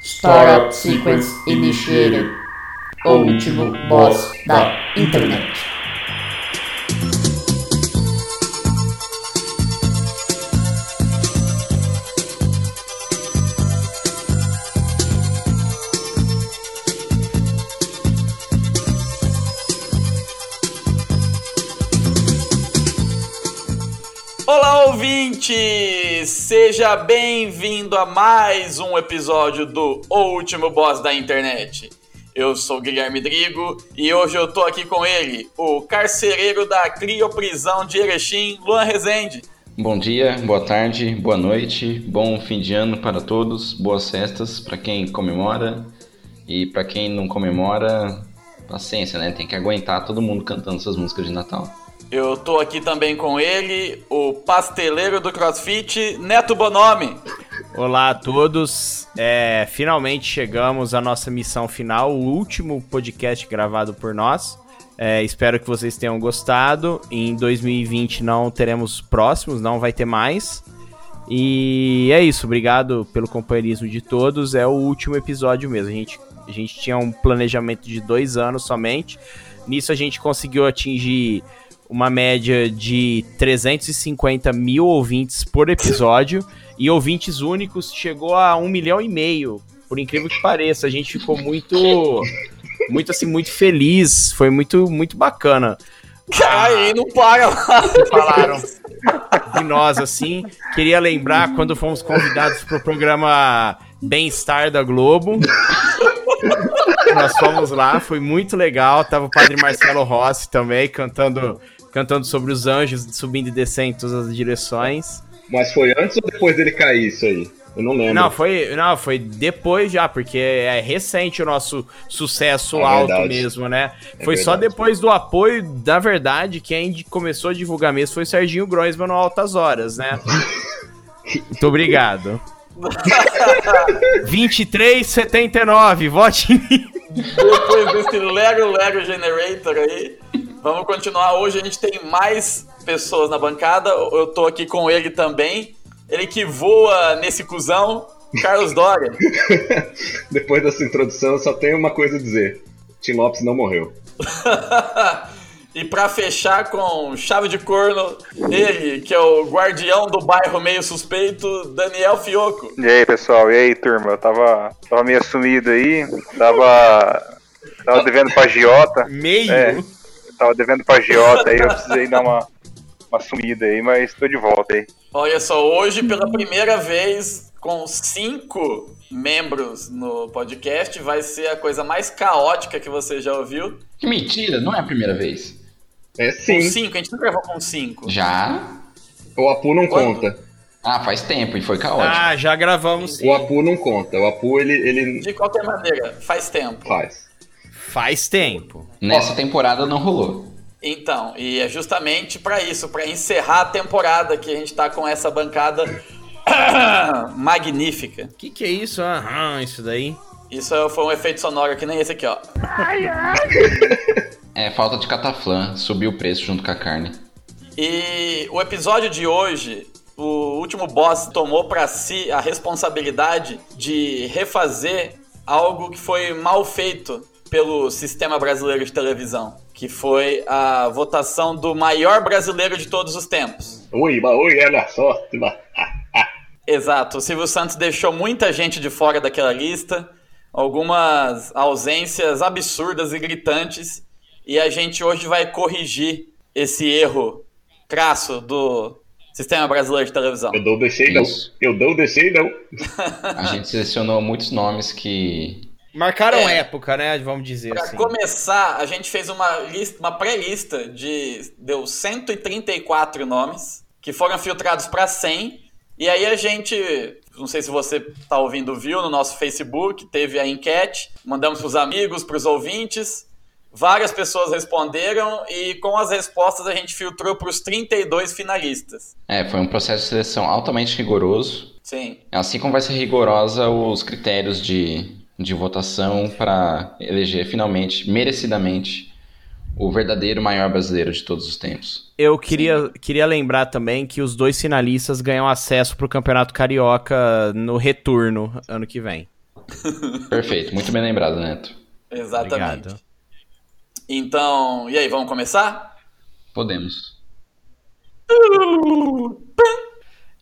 Startup Sequence Initiated, o último boss da internet. Olá, ouvintes! Seja bem-vindo a mais um episódio do O Último Boss da Internet. Eu sou o Guilherme Drigo e hoje eu tô aqui com ele, o carcereiro da Crioprisão de Erechim, Luan Rezende. Bom dia, boa tarde, boa noite, bom fim de ano para todos, boas festas para quem comemora e para quem não comemora, paciência, né? Tem que aguentar todo mundo cantando essas músicas de Natal. Eu tô aqui também com ele, o pasteleiro do CrossFit, Neto Bonomi. Olá a todos, É, finalmente chegamos à nossa missão final, o último podcast gravado por nós. É, espero que vocês tenham gostado. Em 2020 não teremos próximos, não vai ter mais. E é isso, obrigado pelo companheirismo de todos. É o último episódio mesmo. A gente, a gente tinha um planejamento de dois anos somente. Nisso a gente conseguiu atingir uma média de 350 mil ouvintes por episódio e ouvintes únicos chegou a um milhão e meio. Por incrível que pareça, a gente ficou muito, muito assim, muito feliz. Foi muito, muito bacana. Aí não para lá. Falaram de nós assim. Queria lembrar quando fomos convidados para o programa Bem-Estar da Globo. Nós fomos lá, foi muito legal. Tava o padre Marcelo Rossi também cantando, cantando sobre os anjos, subindo e descendo em todas as direções. Mas foi antes ou depois dele cair isso aí? Eu não lembro. Não, foi, não, foi depois já, porque é recente o nosso sucesso É alto verdade. mesmo, né? É foi só verdade. depois do apoio, na verdade, quem de- começou a divulgar mesmo foi o Serginho Groisman no Altas Horas, né? Muito obrigado. 2379, vote em mim. Depois desse Lego Lego Generator aí, vamos continuar. Hoje a gente tem mais pessoas na bancada. Eu tô aqui com ele também. Ele que voa nesse cuzão, Carlos Doria. Depois dessa introdução, eu só tenho uma coisa a dizer. Tim Lopes não morreu. e pra fechar com chave de corno, ele que é o guardião do bairro meio suspeito, Daniel Fioco. E aí, pessoal? E aí, turma? Eu tava, tava meio sumido aí, tava, tava devendo pra Giota, Meio. É. tava devendo pra Giota aí, eu precisei dar uma, uma sumida aí, mas tô de volta aí. Olha só, hoje pela primeira vez com cinco membros no podcast, vai ser a coisa mais caótica que você já ouviu. Que mentira, não é a primeira vez. É Com sim, cinco, a gente não gravou com cinco. Já? o Apu não Quando? conta. Ah, faz tempo e foi caótico. Ah, já gravamos. O Apu não conta. O Apu, ele, ele De qualquer maneira, faz tempo. faz. Faz tempo. Nessa temporada não rolou. Então, e é justamente pra isso, pra encerrar a temporada que a gente tá com essa bancada magnífica. Que que é isso? Aham, isso daí. Isso foi um efeito sonoro que nem esse aqui, ó. É falta de cataflã, subiu o preço junto com a carne. E o episódio de hoje, o último boss tomou pra si a responsabilidade de refazer algo que foi mal feito pelo sistema brasileiro de televisão, que foi a votação do maior brasileiro de todos os tempos. Oi, ba- oi, olha só. ba- Exato, o Silvio Santos deixou muita gente de fora daquela lista, algumas ausências absurdas e gritantes, e a gente hoje vai corrigir esse erro crasso do sistema brasileiro de televisão. Eu dou deixei não. Isso. Eu dou deixei não. A gente selecionou muitos nomes que. Marcaram É. época, né? Vamos dizer Pra assim. começar, a gente fez uma lista, uma pré-lista de deu 134 nomes que foram filtrados para 100. E aí a gente, não sei se você tá ouvindo, viu no nosso Facebook, teve a enquete, mandamos pros amigos, pros ouvintes. Várias pessoas responderam e com as respostas a gente filtrou pros 32 finalistas. É, foi um processo de seleção altamente rigoroso. Sim. Assim como vai ser rigorosa os critérios de, de votação para eleger finalmente, merecidamente, o verdadeiro maior brasileiro de todos os tempos. Eu queria, queria lembrar também que os dois finalistas ganham acesso pro Campeonato Carioca no retorno ano que vem. Perfeito, muito bem lembrado, Neto. Exatamente. Obrigado. Então, e aí, vamos começar? Podemos.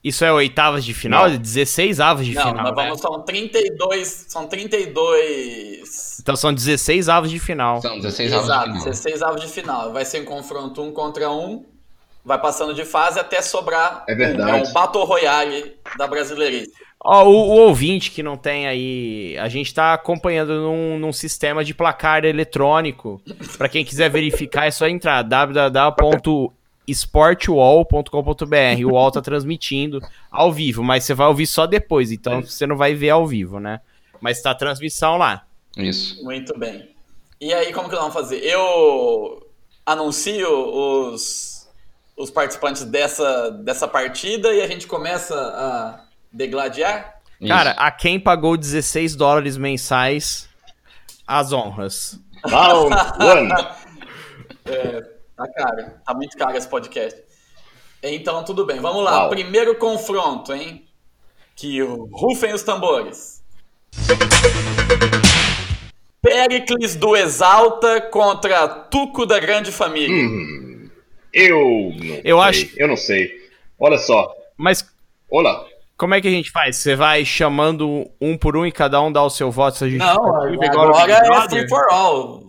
Isso é oitavas de final? 16 avos de Não, final, nós né? vamos, são 32, são 32 Então são 16 avos de final. São 16 avos de Exato, final. 16 avos de final. Vai ser um confronto um contra um, vai passando de fase até sobrar. É um. verdade. É um Battle Royale da brasileirinha. Ó, o, o ouvinte que não tem aí, a gente tá acompanhando num, num sistema de placar eletrônico. Pra quem quiser verificar, é só entrar www.sportwall.com.br. O UOL tá transmitindo ao vivo, mas você vai ouvir só depois, então você não vai ver ao vivo, né? Mas tá a transmissão lá. Isso. Muito bem. E aí, como que nós vamos fazer? Eu anuncio os, os participantes dessa, dessa partida e a gente começa a degladiar. Isso. Cara, a quem pagou 16 dólares mensais, as honras. Round one. Tá caro, tá muito caro esse podcast. Então, tudo bem, vamos lá. Uau. Primeiro confronto, hein? Que rufem os tambores. Pericles do Exalta contra Tuco da Grande Hum. Família. Eu não Eu sei. acho- Eu não sei. Olha só. Mas Olá. Como é que a gente faz? Você vai chamando um por um e cada um dá o seu voto? Se a gente Não, Big agora é free for all.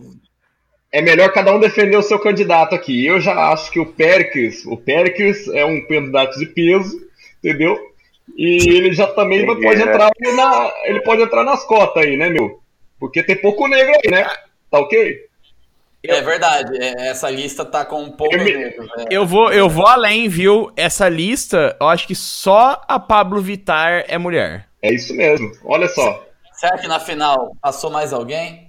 É melhor cada um defender o seu candidato aqui. Eu já acho que o Perkins, o Perkins é um candidato de peso, entendeu? E ele já também vai- pode É. entrar aí na, ele pode entrar nas cotas aí, né, meu? Porque tem pouco negro aí, né? Tá ok? É verdade, é, essa lista tá com um pouco Eu me- negro, né? Eu vou, eu vou além, viu? Essa lista, eu acho que só a Pablo Vitar é mulher. É isso mesmo. Olha só. Será que na final passou mais alguém?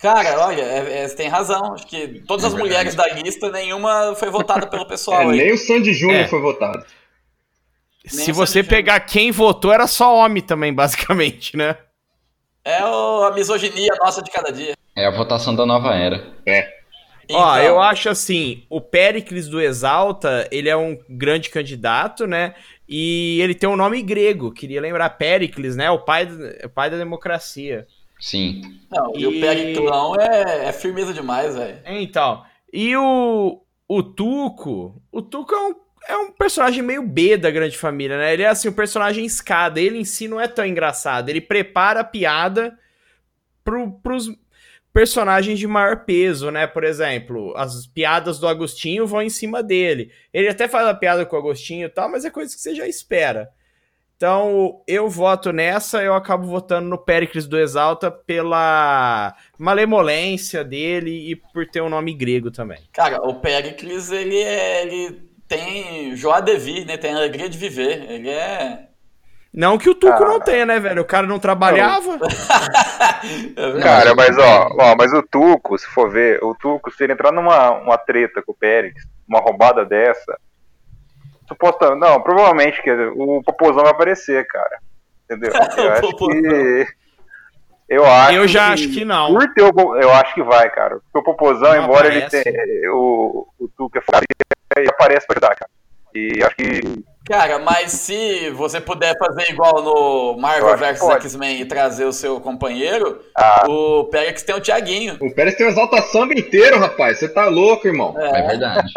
Cara, olha, é- é, você tem razão. Acho que todas as mulheres da lista, nenhuma foi votada pelo É, pessoal. aí. nem o Sandy Júnior É. foi votado. Nem Se o você Sandy pegar quem votou, era só homem também, basicamente, né? É o- a misoginia nossa de cada dia. É a votação da nova era. Ó, Então, eu acho assim, o Péricles do Exalta, ele é um grande candidato, né? E ele tem um nome grego, queria lembrar Péricles, né? O pai, o pai da democracia. Sim. não, e e- o Periclão é, é firmeza demais, velho. Então, e o, o Tuco, o Tuco é um, é um personagem meio B da grande família, né? Ele é assim, um personagem escada, ele em si não é tão engraçado, ele prepara a piada pro, pros personagens de maior peso, né? Por exemplo, as piadas do Agostinho vão em cima dele. Ele até faz a piada com o Agostinho e tal, mas é coisa que você já espera. Então, eu voto nessa, eu acabo votando no Péricles do Exalta pela malemolência dele e por ter um nome grego também. Cara, o Pericles, ele é. Ele tem joie de vivre, né? Tem alegria de viver. Ele é. Não que o Tuco Ah. não tenha, né, velho? O cara não trabalhava. é verdade. Cara, mas ó, ó, mas o Tuco, se for ver, o Tuco, se ele entrar numa uma treta com o Pérez, uma roubada dessa, supostamente, não, provavelmente quer dizer, o Popozão vai aparecer, cara. Entendeu? Eu acho que. Eu acho. eu já acho que não. Por ter o po- eu acho que vai, cara. Porque o Popozão, Não embora aparece. ele tenha. O, o Tuco é foda, ele aparece pra ajudar, cara. E acho que. Cara, mas se você puder fazer igual no Marvel Pode, vs pode. X-Men e trazer o seu companheiro, Ah. o Pericles tem o Thiaguinho. O Pérez tem o exalta samba inteiro, rapaz. Você tá louco, irmão. É verdade.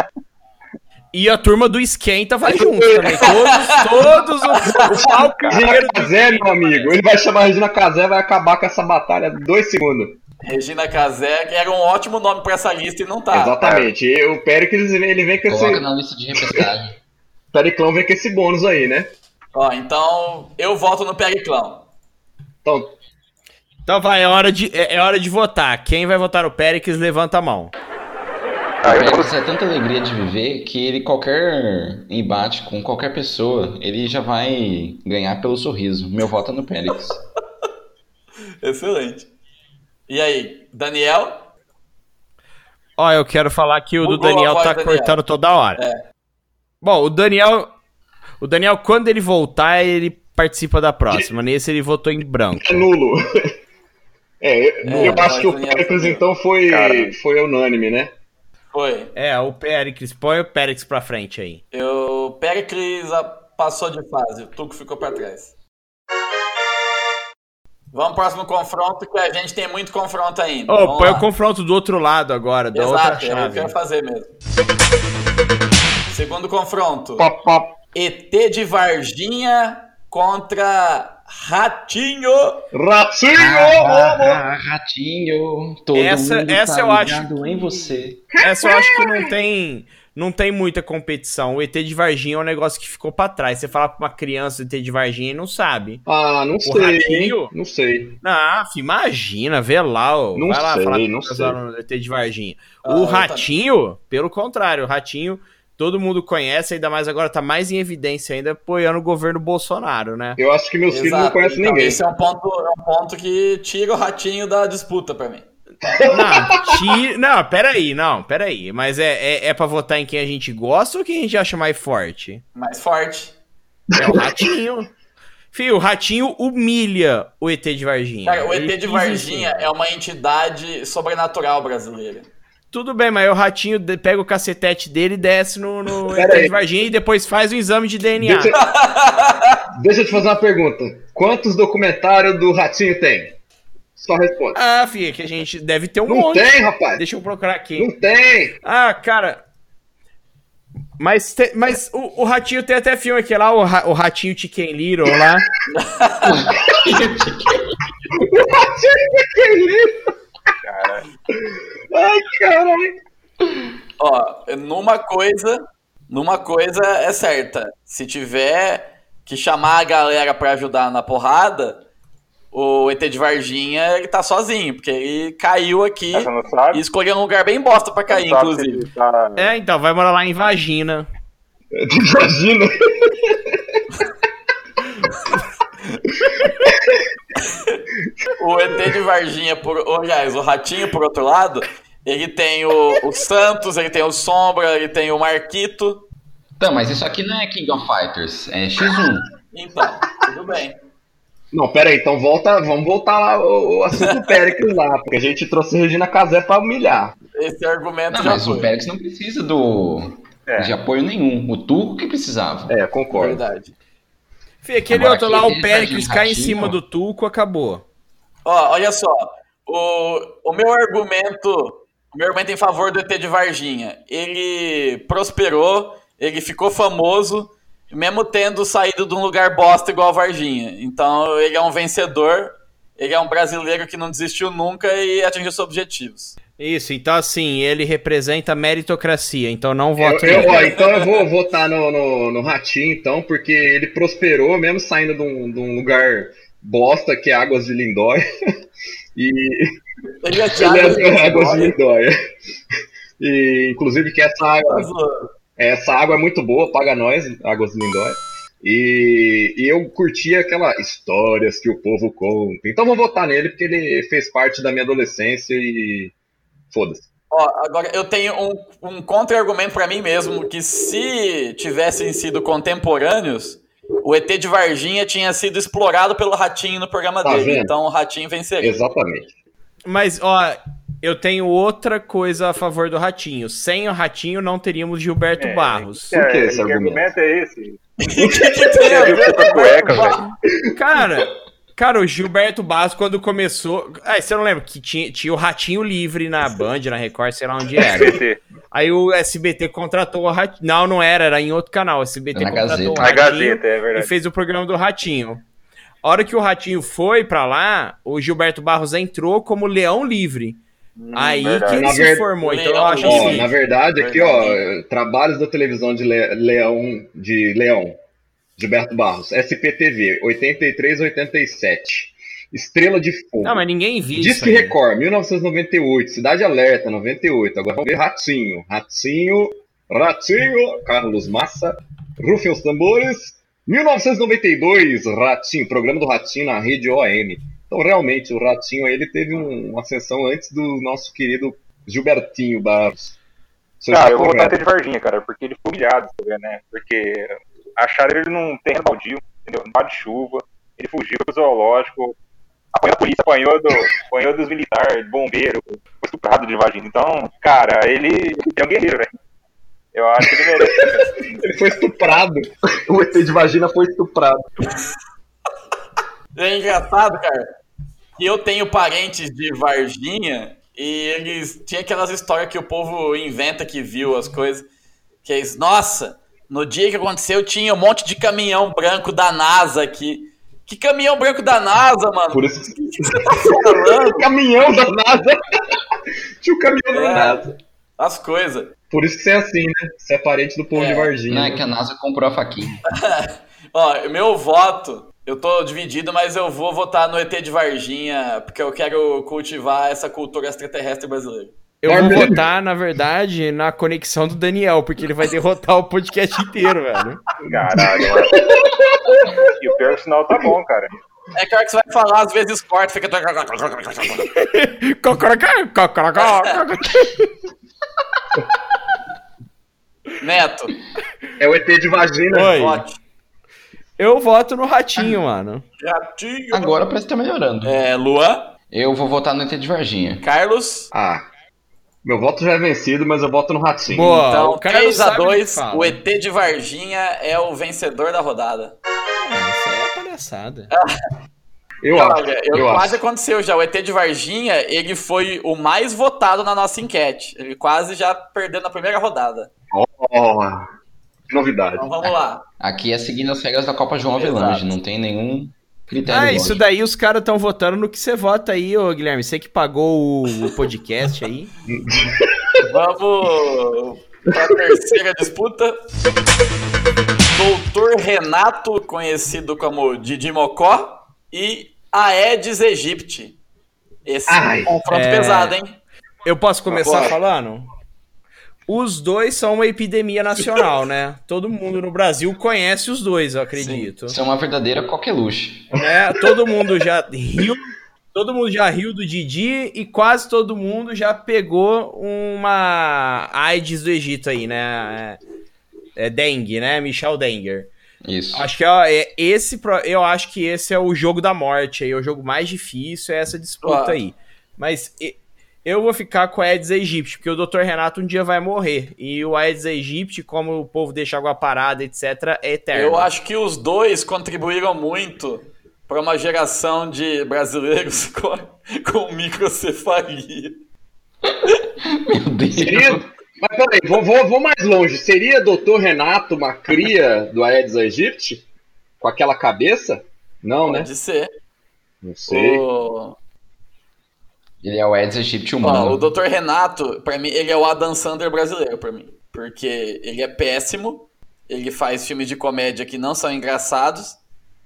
E a turma do Esquenta vai junto também. Todos, todos os, o palco inteiro. Regina Casé, meu amigo. Ele vai chamar a Regina Casé, vai acabar com essa batalha em dois segundos. Regina Casé, que era um ótimo nome pra essa lista e não tá. Exatamente. E o Pericles, ele vem com Ah, Coloca esse. na lista de repescagem. O Periclão vem com esse bônus aí, né? Ó, então eu voto no Periclão. Então, Então vai, é hora, de, é, é hora de votar. Quem vai votar no Péricles, levanta a mão. Ah, eu Pra tô- ele, é tanta alegria de viver que ele qualquer embate com qualquer pessoa, ele já vai ganhar pelo sorriso. Meu voto é no Pérez. Excelente. E aí, Daniel? Ó, eu quero falar que o do Mudou a Daniel voz tá do Daniel. cortando toda hora. Bom, o Daniel. O Daniel, quando ele voltar, ele participa da próxima. Nesse ele votou em branco. é nulo. É, eu, É, eu acho que o mas ganhar Pericles também. então foi, Cara. foi unânime, né? Foi. É, o Péricles. Põe o Péricles pra frente aí. Eu, Pericles a- passou de fase, o Tuco ficou pra trás. Vamos pro próximo confronto, que a gente tem muito confronto ainda. Ô, Vamos põe lá. o confronto do outro lado agora, da outra Exato, é o chave. que eu ia fazer mesmo. Segundo confronto. Pop, pop. ET de Varginha contra Ratinho. Ratinho! Oh, Ah, ô, ô, ô. ah, ratinho, todo Essa- mundo essa tá eu acho- ligado em você. Essa eu É, acho que não tem, não tem muita competição. O ET de Varginha é um negócio que ficou pra trás. Você falar pra uma criança do ET de Varginha e não sabe. Ah, não sei. Ratinho? hein? Não sei. Ah, fi, imagina, vê lá. ó. Não Vai lá sei, falar com não os sei. alunos do ET de Varginha. Ah, o eu Ratinho, pelo contrário, o Ratinho todo mundo conhece, ainda mais agora tá mais em evidência ainda apoiando o governo Bolsonaro, né? Eu acho que meus filhos não Exato. conhecem Então, ninguém. Esse é um, ponto, é um ponto que tira o Ratinho da disputa pra mim. Não, ti... não, peraí, não, peraí. Mas é, é, é pra votar em quem a gente gosta ou quem a gente acha mais forte? Mais forte. É o Ratinho. Fio, o Ratinho humilha o ET de Varginha. Cara, o Ele ET de quis Varginha isso. é uma entidade sobrenatural brasileira. Tudo bem, mas o Ratinho de- pega o cacetete dele e desce no, no Pera ET de aí. Varginha e depois faz o exame de DNA. Deixa, deixa eu te fazer uma pergunta. Quantos documentários do Ratinho tem? Só responde. Ah, filho, que a gente deve ter um não monte. tem, rapaz. Deixa eu procurar aqui. Não tem. Ah, cara. Mas, te- mas o, o Ratinho tem até filme aqui lá, o, ra- o Ratinho Chicken Little lá. O Ratinho é feliz. Ai, caralho. Ó, numa coisa, numa coisa é certa. Se tiver que chamar a galera pra ajudar na porrada, o ET de Varginha, ele tá sozinho, porque ele caiu aqui Essa não e sabe? escolheu um lugar bem bosta pra cair, Não sabe se inclusive. ele tá- É, então, vai morar lá em Vagina. Imagina. O ET de Varginha, por, aliás, o Ratinho, por outro lado, ele tem o, o Santos, ele tem o Sombra, ele tem o Marquito. Tá, mas isso aqui não é King of Fighters, é X1. Então, tudo bem. Não, pera aí, então volta, vamos voltar lá o, o assunto do Péricles lá, porque a gente trouxe Regina Casé pra humilhar. Esse argumento Não, Ah, já mas foi. o Pérez não precisa do É. de apoio nenhum. O Turco que precisava. É, concordo. Verdade. Fih, aquele Agora, outro lá, aquele o Péricles Varginha, cai em Ratinho. cima do Tuco, acabou. Ó, olha só. O, o meu argumento, o meu argumento em favor do ET de Varginha, ele prosperou, ele ficou famoso, mesmo tendo saído de um lugar bosta igual a Varginha. Então, ele é um vencedor, ele é um brasileiro que não desistiu nunca e atingiu seus objetivos. Isso, então assim, ele representa a meritocracia, então não Eu, voto eu- nele. ó, então eu vou votar no, no, no Ratinho, então, porque ele prosperou, mesmo saindo de um, de um lugar bosta, que é Águas de Lindóia. E Ele é ele Thiago, é Águas de olha, Lindóia. E, inclusive, que essa água, tá zoando. Essa água é muito boa, paga nós, Águas do Lindóia. E, e eu curti aquela histórias que o povo conta. Então vou votar nele porque ele fez parte da minha adolescência e foda-se. Ó, agora eu tenho um, um contra-argumento pra mim mesmo, que se tivessem sido contemporâneos, o ET de Varginha tinha sido explorado pelo Ratinho no programa Tá dele, vendo? então o Ratinho venceria. Exatamente. Mas, ó, eu tenho outra coisa a favor do Ratinho. Sem o Ratinho não teríamos Gilberto É, Barros. É, Por que esse que argumento? argumento é esse? O que que tem a Ele ver viu com essa cueca, Gilberto velho. Barros? Cara, cara, o Gilberto Barros, quando começou. Ah, você não lembra que tinha, tinha o Ratinho Livre na Band, na Record, sei lá onde era. PT. Aí o SBT contratou o Ratinho. Não, não era, era em outro canal. O SBT Na contratou Gazeta. o A Ratinho. Gazeta, é e verdade. fez o programa do Ratinho. A hora que o Ratinho foi pra lá, o Gilberto Barros entrou como Leão Livre. Aí Hum, verdade. que ele Na se ver- formou. Então eu Leão acho Ó, Livre. Sim. assim. na verdade, aqui, ó, trabalhos da televisão de Le- Leão, de Leão, Gilberto Barros, SPTV, 83 87. Estrela de Fogo. Não, mas ninguém viu. Disque isso aí. Record, 1998. Cidade Alerta, 98. Agora vamos ver Ratinho. Ratinho, Ratinho, Carlos Massa. Rufem os tambores. 1992, Ratinho, programa do Ratinho na rede OM. Então, realmente, o Ratinho aí, ele teve um- uma ascensão antes do nosso querido Gilbertinho Barros. Isso Cara, está eu vou votar correto. até Ah, de Varginha, cara, porque ele foi humilhado, tá vendo, né? Porque acharam ele num terreno baldio, entendeu? No de chuva, ele fugiu pro zoológico, apanhou a polícia, apanhou, do, apanhou dos militares, bombeiro, foi estuprado de Varginha. Então, cara, ele é um guerreiro, velho. Eu acho que ele merece. Ele foi estuprado. o ET de vagina foi estuprado. É engraçado, cara. E eu tenho parentes de Varginha e eles tinha aquelas histórias que o povo inventa que viu as coisas. Que eles, nossa, no dia que aconteceu tinha um monte de caminhão branco da NASA aqui. Que caminhão branco da NASA, mano? Por isso um O que você tá falando? caminhão da NASA. Tinha o É. caminhão da NASA. As coisas. Por isso que você é assim, né? Você é parente do povo É. de Varginha. Não, é que a NASA comprou a faquinha. Ó, meu voto, eu tô dividido, mas eu vou votar no ET de Varginha, porque eu quero cultivar essa cultura extraterrestre brasileira. Eu vou Vermelho. votar, na verdade, na conexão do Daniel, porque ele vai derrotar o podcast inteiro, velho. Caralho, mano. E o pior que o sinal tá bom, cara. É que a hora que você vai falar, às vezes corta, fica. Cocorocó, cocorocó, cocorocó. Neto, É o ET de vagina. Oi. vote. Eu voto no ratinho, mano. Gatinho. Agora parece que tá melhorando. É, Luan, Eu vou votar no ET de Varginha. Carlos. Ah, meu voto já é vencido, mas eu voto no Ratinho. Boa. Então, o cara não sabe o que 3x2, fala. o ET de Varginha é o vencedor da rodada. Ah, Isso aí é palhaçada. Eu acho. Olha, eu Eu quase acho. aconteceu já. O ET de Varginha, ele foi o mais votado na nossa enquete. Ele quase já perdeu na primeira rodada. Ó, que novidade. Então vamos lá. Aqui é seguindo as regras da Copa João Avelange, Exato. não tem nenhum critério. Ah, lógico. isso daí os caras estão votando no que você vota aí, ô Guilherme. Você que pagou o, o podcast aí. Vamos para a terceira disputa. Doutor Renato, conhecido como Didi Mocó, e Aedes aegypti. Esse Ai, é um confronto é. pesado, hein? Eu posso começar Agora. falando? Os dois são uma epidemia nacional, né? Todo mundo no Brasil conhece os dois, eu acredito. Isso é uma verdadeira coqueluche. Né? Todo mundo já riu, todo mundo já riu do Didi e quase todo mundo já pegou uma AIDS do Egito aí, né? É, é dengue, né? Michel Dengue. Isso. Acho que ó, é esse, pro- eu acho que esse é o jogo da morte aí, é o jogo mais difícil é essa disputa Claro. aí. Mas e- eu vou ficar com a Aedes aegypti, porque o Dr. Renato um dia vai morrer e o Aedes aegypti, como o povo deixa água parada, etc, é eterno. Eu acho que os dois contribuíram muito para uma geração de brasileiros com, com microcefalia. Meu Deus. Seria... Mas peraí, vou, vou, vou mais longe. Seria Dr. Renato uma cria do Aedes aegypti? Com aquela cabeça? Não, né? Pode ser. Não sei. O, Ele é o Aedes aegypti humano. ó, o Dr. Renato, para mim, ele é o Adam Sandler brasileiro para mim, porque ele é péssimo, ele faz filmes de comédia que não são engraçados,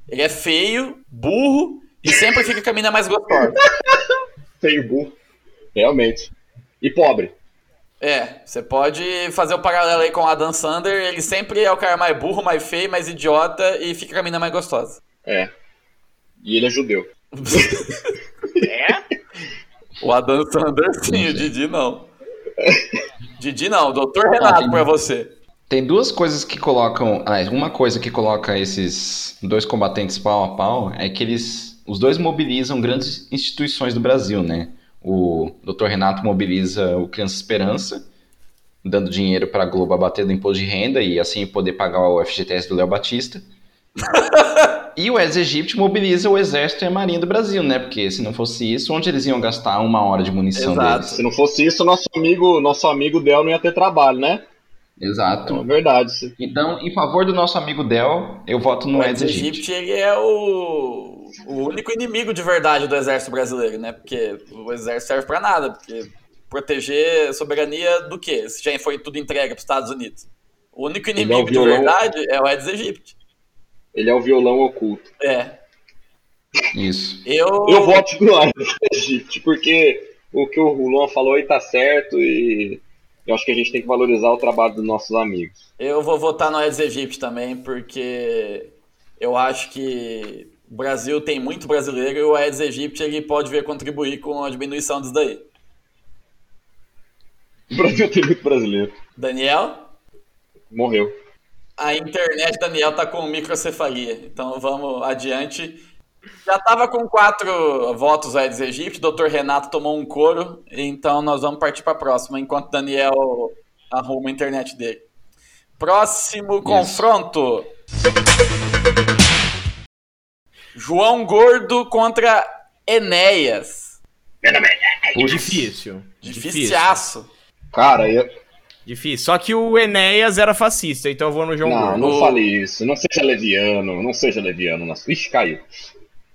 ele é feio, burro e sempre fica com a mina mais gostosa. Feio burro. Realmente. E pobre. É, você pode fazer o paralelo aí com o Adam Sandler, ele sempre é o cara mais burro, mais feio, mais idiota e fica com a mina mais gostosa. É. E ele é judeu. O Adam Sandler sim, o Didi não. Didi não, Dr. Renato pra você. Tem duas coisas que colocam. Ah, uma coisa que coloca esses dois combatentes pau a pau é que eles. Os dois mobilizam grandes instituições do Brasil, né? O Dr. Renato mobiliza o Criança Esperança, dando dinheiro para a Globo abater do imposto de renda e assim poder pagar o FGTS do Léo Batista. e o Ex Egipte mobiliza o Exército e a Marinha do Brasil, né? Porque se não fosse isso, onde eles iam gastar uma hora de munição Exato. deles? Se não fosse isso, nosso amigo, nosso amigo Del não ia ter trabalho, né? É Exato. verdade. Então, em favor do nosso amigo Del, eu voto no O Ex Egipte Egipte. ele é o, o único inimigo de verdade do exército brasileiro, né? Porque o exército serve pra nada, porque proteger a soberania do quê? Se já foi tudo entregue pros Estados Unidos. O único Ele é o inimigo de violão. verdade é o Aedes aegypti. Ele é o violão oculto. É. Isso. Eu, Eu voto no Aedes aegypti, porque o que o Rulon falou aí tá certo e eu acho que a gente tem que valorizar o trabalho dos nossos amigos. Eu vou votar no Aedes aegypti também, porque eu acho que o Brasil tem muito brasileiro e o Aedes aegypti ele pode vir contribuir com a diminuição disso daí. O Brasil tem muito brasileiro. Daniel, Morreu. a internet do Daniel tá com microcefalia, então vamos adiante. Já tava com quatro votos o Aedes aegypti, o Dr. Renato tomou um couro, então nós vamos partir para a próxima, enquanto o Daniel arruma a internet dele. Próximo confronto. João Gordo contra Enéas. Difícil. Dificiaço. Cara, eu Difícil. Só que o Enéas era fascista, então eu vou no João não, Gordo. não Gordo. fale isso. Não seja leviano, não seja leviano. Nossa. Ixi, caiu.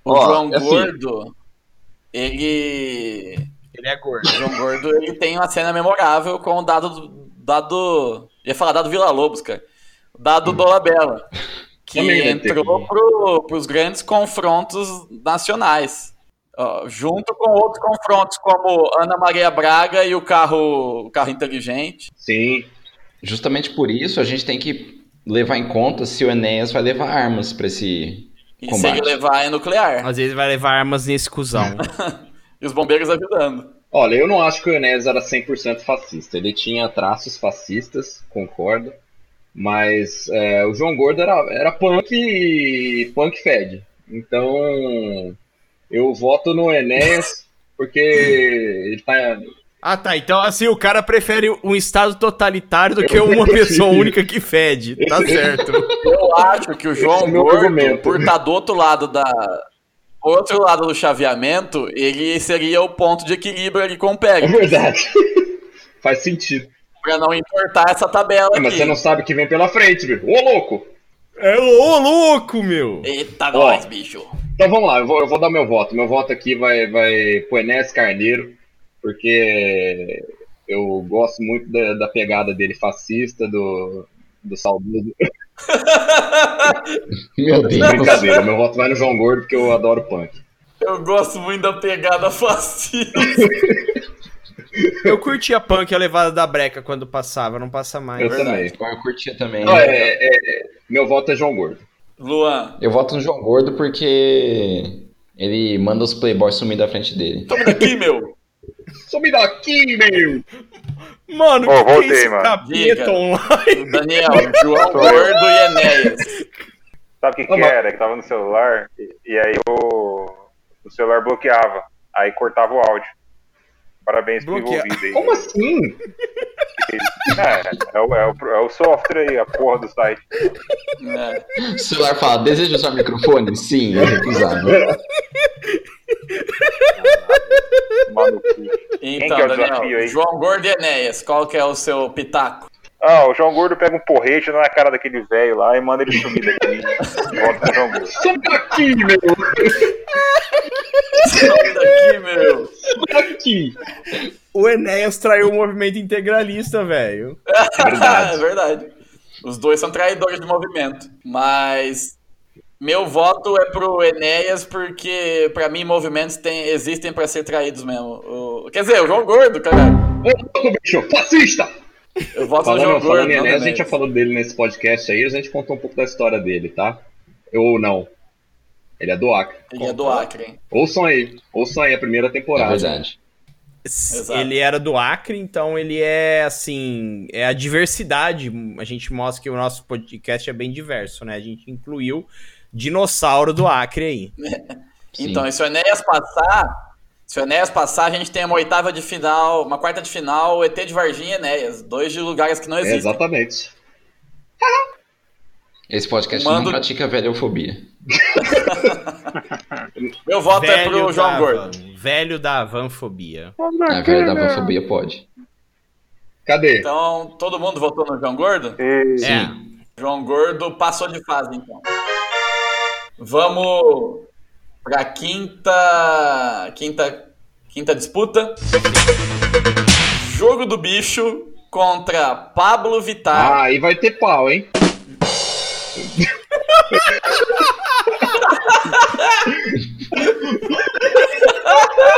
O Ó, João é assim. Gordo, ele. Ele é gordo. O João Gordo ele tem uma cena memorável com o dado. dado ia falar dado Vila Lobos, cara. O Dado Dolabella. Que Hum. Também deve ter. entrou pro, pros grandes confrontos nacionais. Ó, junto com outros confrontos, como Ana Maria Braga e o carro, o carro inteligente. Sim. Justamente por isso, a gente tem que levar em conta se o Enéas vai levar armas pra esse. E se Combate. ele levar é nuclear. Ah. Às vezes vai levar armas nesse cuzão. E os bombeiros ajudando. Olha, eu não acho que o Enéas era 100% fascista. Ele tinha traços fascistas, concordo. Mas é, o João Gordo era, era punk e punk fed. Então eu voto no Enéas porque ele tá. ah, tá. Então, assim, o cara prefere um Estado totalitário do que uma pessoa única que fede. Tá certo. Eu acho que o é o João meu Gordo, argumento. por estar do outro lado da. Outro lado do chaveamento, ele seria o ponto de equilíbrio ali com o É Pérez. verdade. Faz sentido. Pra não importar essa tabela É, Mas aqui. você não sabe o que vem pela frente, viu? Ô louco! É ô louco, meu! Eita, Ó. nós, bicho. Então vamos lá, eu vou, eu vou dar meu voto. Meu voto aqui vai, vai pro Enéas Carneiro, porque eu gosto muito da, da pegada dele fascista, do, do saudoso. Meu Deus. É Brincadeira, meu voto vai no João Gordo, porque eu adoro punk. Eu gosto muito da pegada fascista. Eu curtia punk e a levada da breca quando passava, não passa mais. eu também. Eu curtia também. Não, é- é- é- meu voto é João Gordo. Luan, Eu voto no João Gordo porque ele manda os playboys sumir da frente dele. toma daqui, meu. Some daqui, meu! Mano, Ô, que que é voltei, esse mano. capeta Diga. online? Daniel, João Gordo e Enéas. Sabe o que, Ô, que mas- era? Que tava no celular e, e aí o, o celular bloqueava. Aí cortava o áudio. Parabéns pro Bloqueia- envolvido aí. Como assim? É, é, o, é, o, é o software aí, a porra do site. É. O celular fala: deseja usar microfone? Sim, é recusável. Tomar no cu. Então, que é o desafio Daniel, aí? João Gordo e Enéas, qual que é o seu pitaco? Ah, o João Gordo pega um porrete na cara daquele velho lá e manda ele sumir daqui. né? Volta pro João Gordo. Some daqui, meu! Toma daqui, meu. Some daqui! O Enéas traiu o movimento integralista, velho. Verdade. é verdade. Os dois são traidores de movimento. Mas meu voto é pro Enéas, porque pra mim movimentos tem- existem pra ser traídos mesmo. O- quer dizer, o João Gordo, cara. Ô louco, bicho! Fascista! Eu voto no João Falando, Gordo. né, falando em não no Enéas, a gente já Enéas. falou dele nesse podcast aí, a gente contou um pouco da história dele, tá? Ou não. Ele é do Acre. Ele é do Acre, hein? Ouçam aí. Ouçam aí a primeira É temporada. verdade. Exato. Ele era do Acre, então ele é assim, é a diversidade. A gente mostra que o nosso podcast é bem diverso, né? A gente incluiu dinossauro do Acre aí. Sim. Então, e se o Enéas passar, se o Enéas passar, a gente tem uma oitava de final, uma quarta de final, ET de Varginha e Enéas. Dois de lugares que não É, existem. exatamente. Esse podcast Mando- não pratica velhofobia. Meu voto é pro João da Gordo. Havan, velho da vanfobia. A velha da velhofobia pode. Cadê? Então, todo mundo votou no João Gordo? E- É. João Gordo passou de fase, então. Vamos pra quinta. Quinta. Quinta disputa. Jogo do bicho contra Pablo Vittar. Ah, aí vai ter pau, hein?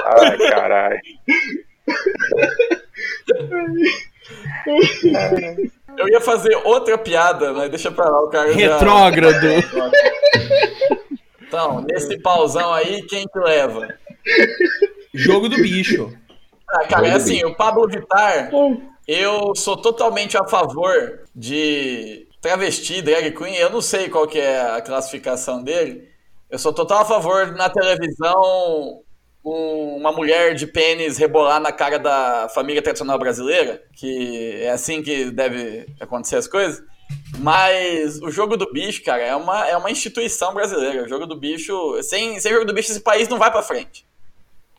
Ai, caralho. Eu ia fazer outra piada, mas deixa pra lá o É. cara. já- Retrógrado. Então, nesse pauzão aí, quem que leva? Jogo do bicho. Ah, cara, é Jogo assim, o Pablo Vittar, eu sou totalmente a favor de travesti, drag queen, eu não sei qual que é a classificação dele. Eu sou total a favor na televisão um- uma mulher de pênis rebolar na cara da família tradicional brasileira, que é assim que deve acontecer as coisas. Mas o jogo do bicho, cara, é uma, é uma instituição brasileira. O jogo do bicho, sem, sem jogo do bicho, esse país não vai pra frente.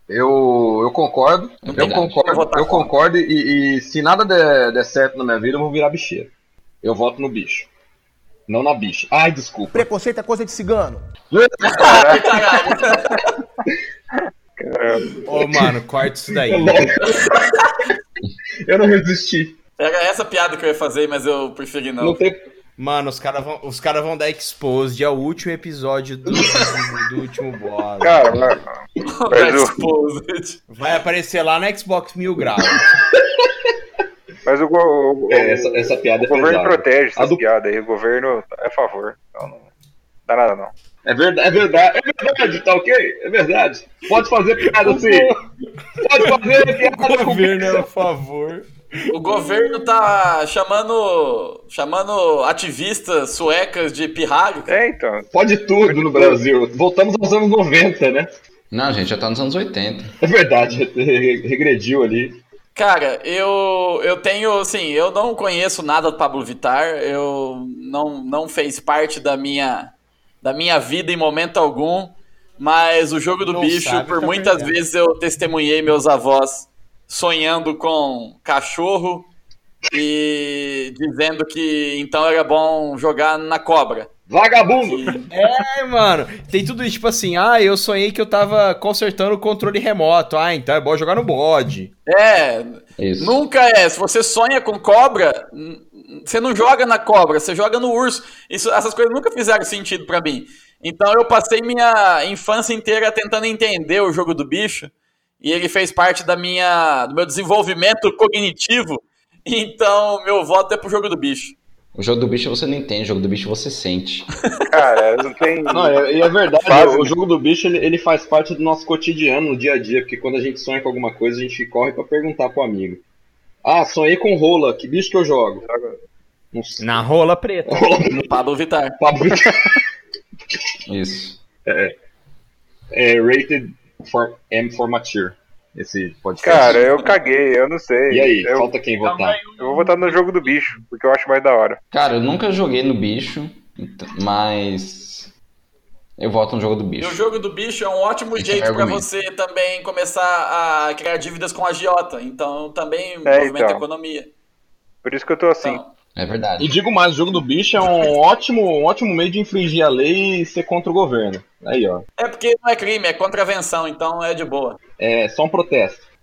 Eu, eu concordo. Não tem eu nada. Eu vou concordo, votar eu concordo. E, e se nada der, der certo na minha vida, eu vou virar bicheiro. Eu voto no bicho. Não na bicha. Ai, desculpa. Preconceito é coisa de cigano. Ô, mano, corta isso daí. Eu não resisti. Era essa piada que eu ia fazer, mas eu preferi não. Não, tem. Mano, os caras vão, os cara vão dar exposed ao último episódio do, do, do último boss. Cara, mas- Dark Exposed. Vai aparecer lá no Xbox Mil Graus. mas o, go- o- o- É, essa, essa piada o é governo pesada. protege A essas do- piadas aí. O governo é a favor. Então não dá nada, não. É verdade, é verdade, é verdade, tá ok? É verdade. Pode fazer piada assim. Pode fazer piada com é a favor. O governo tá chamando, chamando ativistas suecas de pirralho. É, então. Pode tudo no Brasil. Voltamos aos anos 90, né? Não, gente, já tá nos anos 80. É verdade, re- regrediu ali. Cara, eu, eu tenho, assim, eu não conheço nada do Pablo Vittar, eu não, não fez parte da minha, da minha vida em momento algum, mas o jogo do Não bicho, sabe, por tá muitas perdendo. vezes eu testemunhei meus avós sonhando com cachorro e dizendo que então era bom jogar na cobra. Vagabundo! É, mano. Tem tudo isso, tipo assim, ah, eu sonhei que eu tava consertando o controle remoto. Ah, então é bom jogar no bode. É, Isso. Nunca é. Se você sonha com cobra, n- n- você não joga na cobra, você joga no urso. Isso, essas coisas nunca fizeram sentido pra mim. Então eu passei minha infância inteira tentando entender o jogo do bicho e ele fez parte da minha, do meu desenvolvimento cognitivo. Então meu voto é pro jogo do bicho. O jogo do bicho você não entende, o jogo do bicho você sente. Cara, não tem. Não, é- e é verdade, Fase, o né? jogo do bicho ele, ele faz parte do nosso cotidiano, no dia a dia, porque quando a gente sonha com alguma coisa, a gente corre pra perguntar pro amigo. Ah, sonhei com rola, que bicho que eu jogo? Não sei. Na rola preta. Rola No Pablo Vittar. Pablo Isso. é rated for M for mature. Esse podcast. Cara, eu caguei, eu não sei. assim. e aí, Eu, falta quem votar. eu vou votar no jogo do bicho, porque eu acho mais da hora. Cara, eu nunca joguei no bicho, ent- mas. Eu voto no jogo do E o bicho. jogo do bicho é um ótimo Esse é jeito o pra argumento. você também começar a criar dívidas com a agiota. Então também É, movimenta a então. economia. Por isso que eu tô assim. Então, É E verdade. digo mais, o jogo do bicho é um ótimo, um ótimo meio de infringir a lei e ser contra o governo. Aí, ó. É porque não é crime, é contravenção, então é de boa. É só um protesto.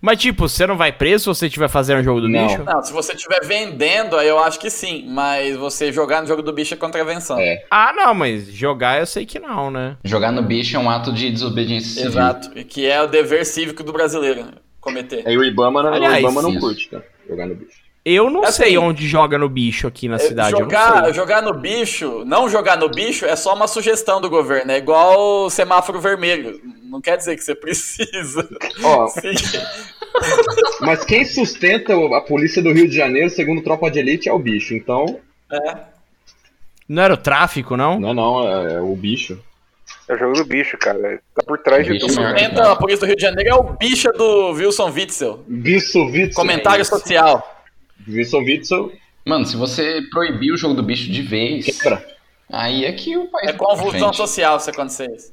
Mas, tipo, você não vai preso se você estiver fazendo o jogo do Não. bicho? Não, se você estiver vendendo, aí eu acho que sim, mas você jogar no jogo do bicho é contravenção. É. Ah, não, mas jogar eu sei que não, né? Jogar no bicho é um ato de desobediência civil. Exato, e que é o dever cívico do brasileiro né, cometer. É Aí É, o Ibama, não- Aliás, o Ibama não isso. curte, cara, jogar no bicho. Eu não Assim, sei onde joga no bicho aqui na cidade. Eu não É, jogar, sei. jogar no bicho, não jogar no bicho é só uma sugestão do governo, é igual o semáforo vermelho. Não quer dizer que você precisa. Ó, Sim. Mas quem sustenta a polícia do Rio de Janeiro, segundo Tropa de Elite, é o bicho. Então, Não era o tráfico, não? não é não, é, é o bicho. É o jogo do bicho, cara. Tá por trás É de Bicho é né? tudo. mesmo. Sustenta a polícia do Rio de Janeiro é o bicha do Wilson Witzel. Bisso Witzel. é Comentário social. Wilson Witzel Mano, se você proibir o jogo do bicho de vez, quebra. aí é que o país. É convulsão Gente, social se acontecer isso.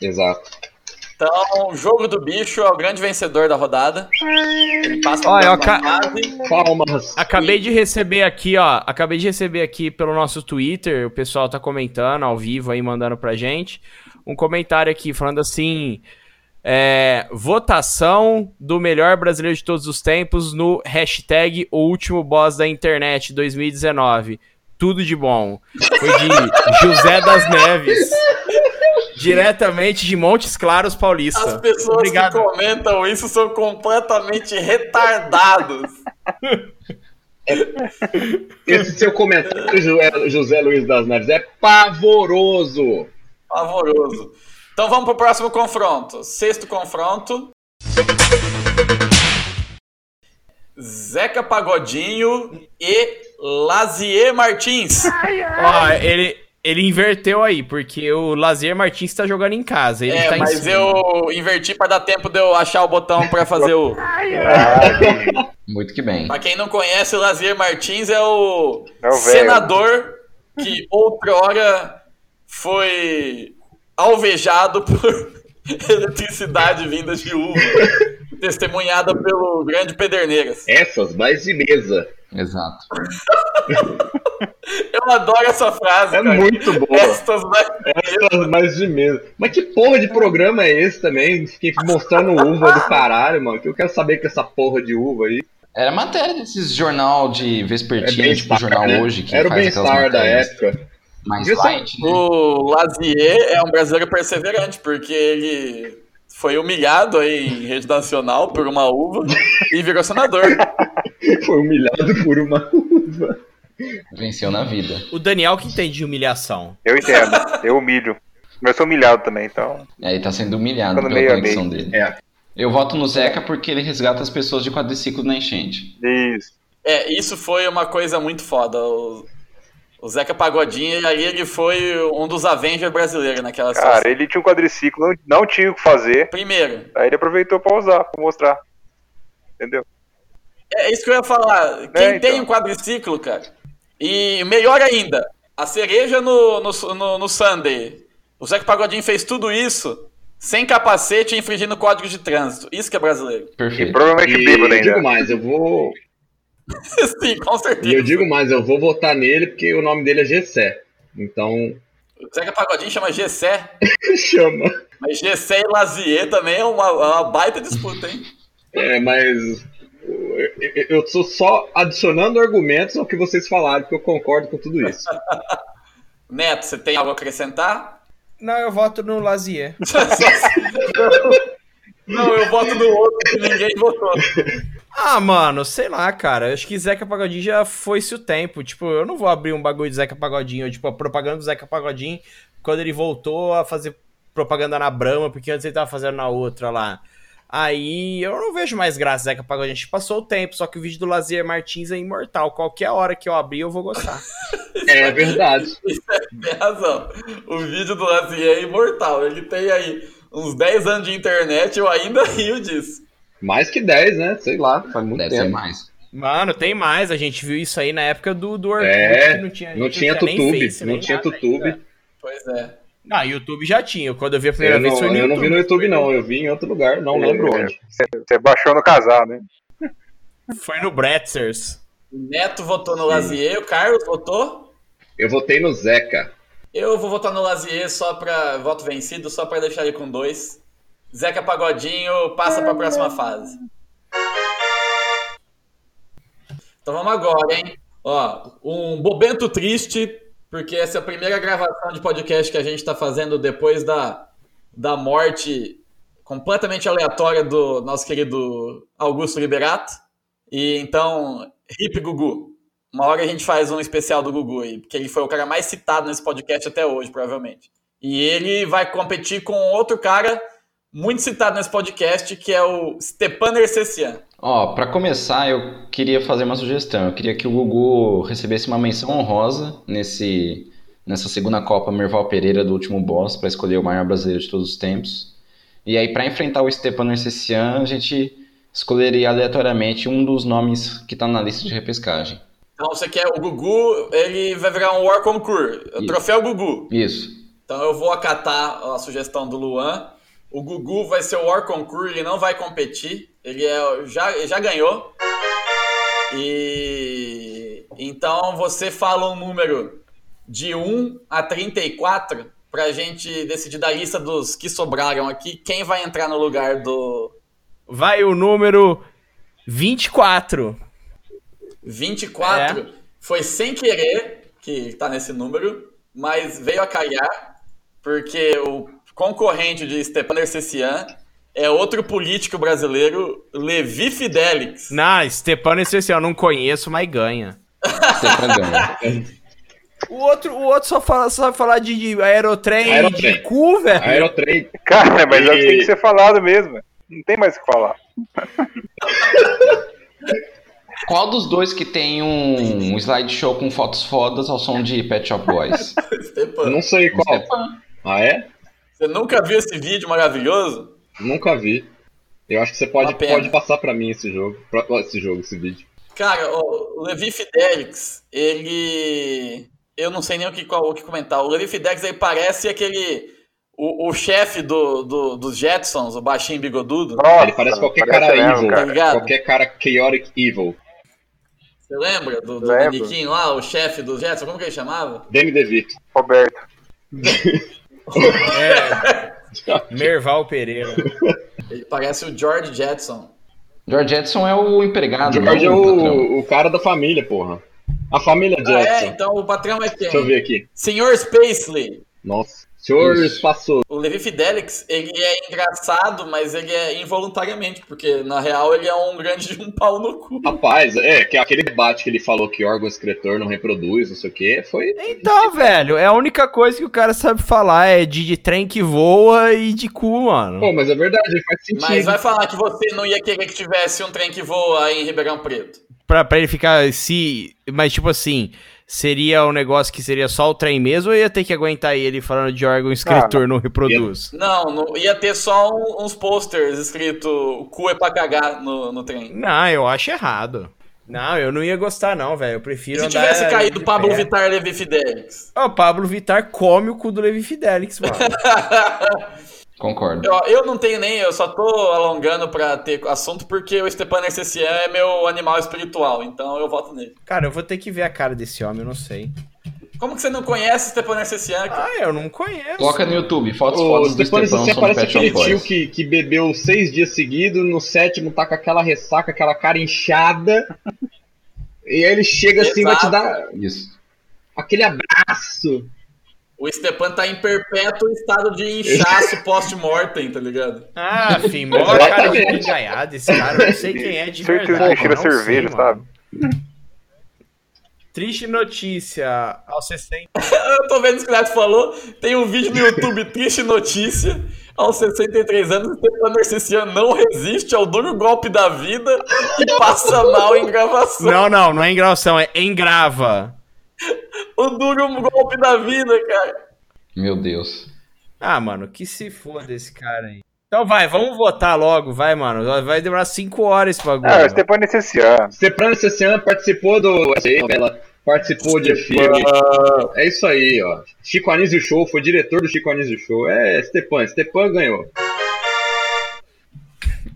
Exato. Então, o jogo do bicho é o grande vencedor da rodada. Ele passa Olha, Olha, eu ca- fase. Palmas. Acabei de receber aqui, ó. Acabei de receber aqui pelo nosso Twitter. O pessoal tá comentando ao vivo aí, mandando pra gente. Um comentário aqui falando assim: é, votação do melhor brasileiro de todos os tempos no hashtag O Último Boss da Internet 2019. Tudo de bom. Foi de José das Neves. Diretamente de Montes Claros Paulista. As pessoas que comentam isso são completamente retardados. Esse seu comentário, Jo- José Luiz das Neves, é pavoroso. Pavoroso. Então vamos pro próximo confronto. Sexto confronto. Zeca Pagodinho e Lazier Martins. Ó, ele, ele inverteu aí, porque o Lazier Martins tá jogando em casa. Ele É, tá em mas cima. eu inverti pra dar tempo de eu achar o botão pra fazer o. Muito que bem. Pra quem não conhece, o Lazier Martins é o, É o velho. senador que outrora foi alvejado por Eletricidade vinda de uva, testemunhada pelo grande Pederneiras. Essas mais de mesa. Exato. Eu adoro essa frase. É cara. muito boa. Estas mais... Essas mais de mesa. Mas que porra de programa é esse também? Fiquei mostrando uva do caralho, mano. Que eu quero saber com essa porra de uva aí. Era matéria desses jornal de vespertino, tipo Bem-Star, jornal né? hoje, que Era o faz aquelas bem-estar da matérias época. mais Viu só? light, né? O Lazier é um brasileiro perseverante, porque ele foi humilhado aí em rede nacional por uma uva e virou senador. Foi humilhado por uma uva. Venceu na vida. O Daniel que entende de humilhação. Eu entendo, eu humilho. Mas eu sou humilhado também, então. E aí tá sendo humilhado Ficando pela meio a conexão dele. É. Eu voto no Zeca porque ele resgata as pessoas de quadriciclo na enchente. Isso. É, isso foi uma coisa muito foda. O, o Zeca Pagodinho, e aí ele foi um dos Avengers brasileiros naquela Cara, situação. ele tinha um quadriciclo, não- não tinha o que fazer. Primeiro, Aí ele aproveitou pra usar, pra mostrar. Entendeu? é isso que eu ia falar. Quem então. tem um quadriciclo, cara, e melhor ainda, a cereja no, no, no, no Sunday. O Zeca Pagodinho fez tudo isso sem capacete e infringindo o código de trânsito. Isso que é brasileiro. E Perfeito. provavelmente bêbado E eu digo né, ainda. mais, eu vou. Sim, com E eu certeza. digo mais, eu vou votar nele porque o nome dele é Gessé. Então, O Zeca Pagodinho chama Gessé, chama. mas Gessé e Lazier também é uma, é uma baita disputa, hein? É, mas eu- eu- eu sou só adicionando argumentos ao que vocês falaram, porque eu concordo com tudo isso. Neto, você tem algo a acrescentar? Não, eu voto no Lazier. Não, eu voto no outro que ninguém votou. Ah, mano, sei lá, cara. Acho que Zeca Pagodinho já foi-se o tempo. Tipo, eu não vou abrir um bagulho de Zeca Pagodinho, ou, tipo, a propaganda do Zeca Pagodinho quando ele voltou a fazer propaganda na Brahma, porque antes ele tava fazendo na outra lá. Aí eu não vejo mais graça Zeca Pagodinho. A gente passou o tempo, só que o vídeo do Lazier Martins é imortal. Qualquer hora que eu abrir, eu vou gostar. É verdade. Tem razão. O vídeo do Lazier é imortal. Ele tem aí uns 10 anos de internet eu ainda rio disso. Mais que 10, né? Sei lá, faz muito Deve ser tempo. mais. Mano, tem mais. A gente viu isso aí na época do, do Orkut, É, que não tinha, Não tinha nem YouTube, Face, não nem tinha nada YouTube. ainda. Pois é. Não, YouTube já tinha. Quando eu vi a primeira Eu vez foi não, no né? eu não vi no YouTube, não. Eu vi em outro lugar, não lembro É. onde. Você baixou no casal, né? Foi no Bretzers. O Neto votou no Lazier, o Carlos votou. Eu votei no Zeca. Eu vou votar no Lazier só pra. Voto vencido, só pra deixar ele com dois. Zeca Pagodinho passa pra próxima fase. Então vamos agora, hein? Ó, um momento triste, porque essa é a primeira gravação de podcast que a gente tá fazendo depois da, da morte completamente aleatória do nosso querido Augusto Liberato. E então, hip Gugu. Uma hora a gente faz um especial do Gugu aí, porque ele foi o cara mais citado nesse podcast até hoje, provavelmente. E ele vai competir com outro cara muito citado nesse podcast, que é o Stepan Ercecian. Ó, pra começar, eu queria fazer uma sugestão. Eu queria que o Gugu recebesse uma menção honrosa nesse, nessa segunda Copa Merval Pereira do último boss pra escolher o maior brasileiro de todos os tempos. E aí, pra enfrentar o Stepan Ercecian, a gente escolheria aleatoriamente um dos nomes que tá na lista de repescagem. Então você quer o Gugu, ele vai virar um War Concours, o Isso. troféu Gugu. Isso. Então eu vou acatar a sugestão do Luan. O Gugu vai ser o War Concours, ele não vai competir. Ele é, já, ele já ganhou. E então você fala um número de 1 a 34 pra gente decidir da lista dos que sobraram aqui quem vai entrar no lugar do Vai o número 24. 24. É. Foi sem querer que tá nesse número, mas veio a calhar porque o concorrente de Stepan Ercecian é outro político brasileiro, Levi Fidelix. Não, Stepano Essencial, não conheço, mas ganha. Stepan ganha. O outro, o outro só fala só falar de, de aerotrem, Aerotrem. de cu, velho. Aerotrem. Cara, mas é o que tem E- que ser falado mesmo. Não tem mais o que falar. Qual dos dois que tem um, um slideshow com fotos fodas ao som de Pet Shop Boys? Stepan, Não sei qual. Ah, é? você nunca viu esse vídeo maravilhoso? Nunca vi. Eu acho que você pode, Uma pena. pode passar pra mim esse jogo. Pra- Esse jogo, esse vídeo. Cara, o Levi Fidelix, ele. Eu não sei nem o que, qual- o que comentar. O Levi Fidelix aí parece aquele. O, o chefe do, do- dos Jetsons, o baixinho bigodudo, Nossa, Ele parece qualquer cara mesmo, evil. tá ligado? Qualquer cara chaotic evil. Você lembra do, do Lembro. Naniquinho lá, o chefe dos Jetsons? Como que ele chamava? Danny DeVito. Roberto. É. Merval Pereira. Ele parece o George Jetson. George Edson é o Ah, empregado, George é não o patrão. o, o cara da família, porra. A família Ah, é, Jackson. então o patrão é Deixa eu quem? ver aqui. Senhor Spacely. Nossa. Senhor Isso. espaçoso. O Levi Fidelix, ele é engraçado, mas ele é involuntariamente, porque na real ele é um grande de um pau no cu. Rapaz, é, que aquele debate que ele falou que órgão escritor não reproduz, não sei o quê, foi. Então, velho, é a única coisa que o cara sabe falar é de, de trem que voa e de cu, mano. Pô, mas é verdade, faz Mas sentido. vai falar que você não ia querer que tivesse um trem que voa aí em Ribeirão Preto. Pra, pra ele ficar se. Mas, tipo assim, seria um negócio que seria só o trem mesmo ou ia ter que aguentar ele falando de órgão escritor, não reproduz? Não, não- ia ter só um- uns posters escrito "O cu é pra cagar no, no trem. Não, eu acho errado. Não, eu não ia gostar, não, velho. Eu E prefiro. se andar tivesse de caído Pablo é. pé. Vittar e Levi Fidelix? Ó, Pablo Vittar come o cu do Levi Fidelix, mano. Concordo. Eu, eu não tenho nem, eu só tô alongando pra ter assunto porque o Stepan Ercecian é meu animal espiritual, então eu voto nele. cara, eu vou ter que ver a cara desse homem, eu não sei. Como que você não conhece o Stepan Ercecian, cara? Ah, eu não conheço. Coloca no YouTube, fotos, O fotos do Stefano Estepão Sassi sobre parece Pet Shop aquele tio Boys. que, que bebeu seis dias seguidos, no sétimo tá com aquela ressaca, aquela cara inchada. e aí ele chega assim, vai te Exato. dar Isso. aquele abraço. O Stepan tá em perpétuo estado de inchaço post-mortem, tá ligado? Ah, fim, mó cara de engaiado esse cara. Eu não sei quem é de Certeza verdade. que cheira não sei, mano. cerveja, sabe? Triste notícia. Aos 60. Eu tô vendo isso que o Neto falou, tem um vídeo no YouTube, Triste Notícia, aos 63 anos, o Stepan Ercecian não resiste ao duro golpe da vida e passa mal em gravação. Não, não, não é engravação, é engrava. O duro golpe da vida, cara. Meu Deus. Ah, mano, que se foda esse cara aí. Então vai, vamos votar logo, vai, mano. Vai demorar 5 horas esse É. bagulho. Ah, o Stepan Essenciano. Stefano Sessiano participou do. Ela participou de filme. É isso aí, ó. Chico Anísio Show, foi diretor do Chico Anísio Show. É, Stepan, Stepan ganhou.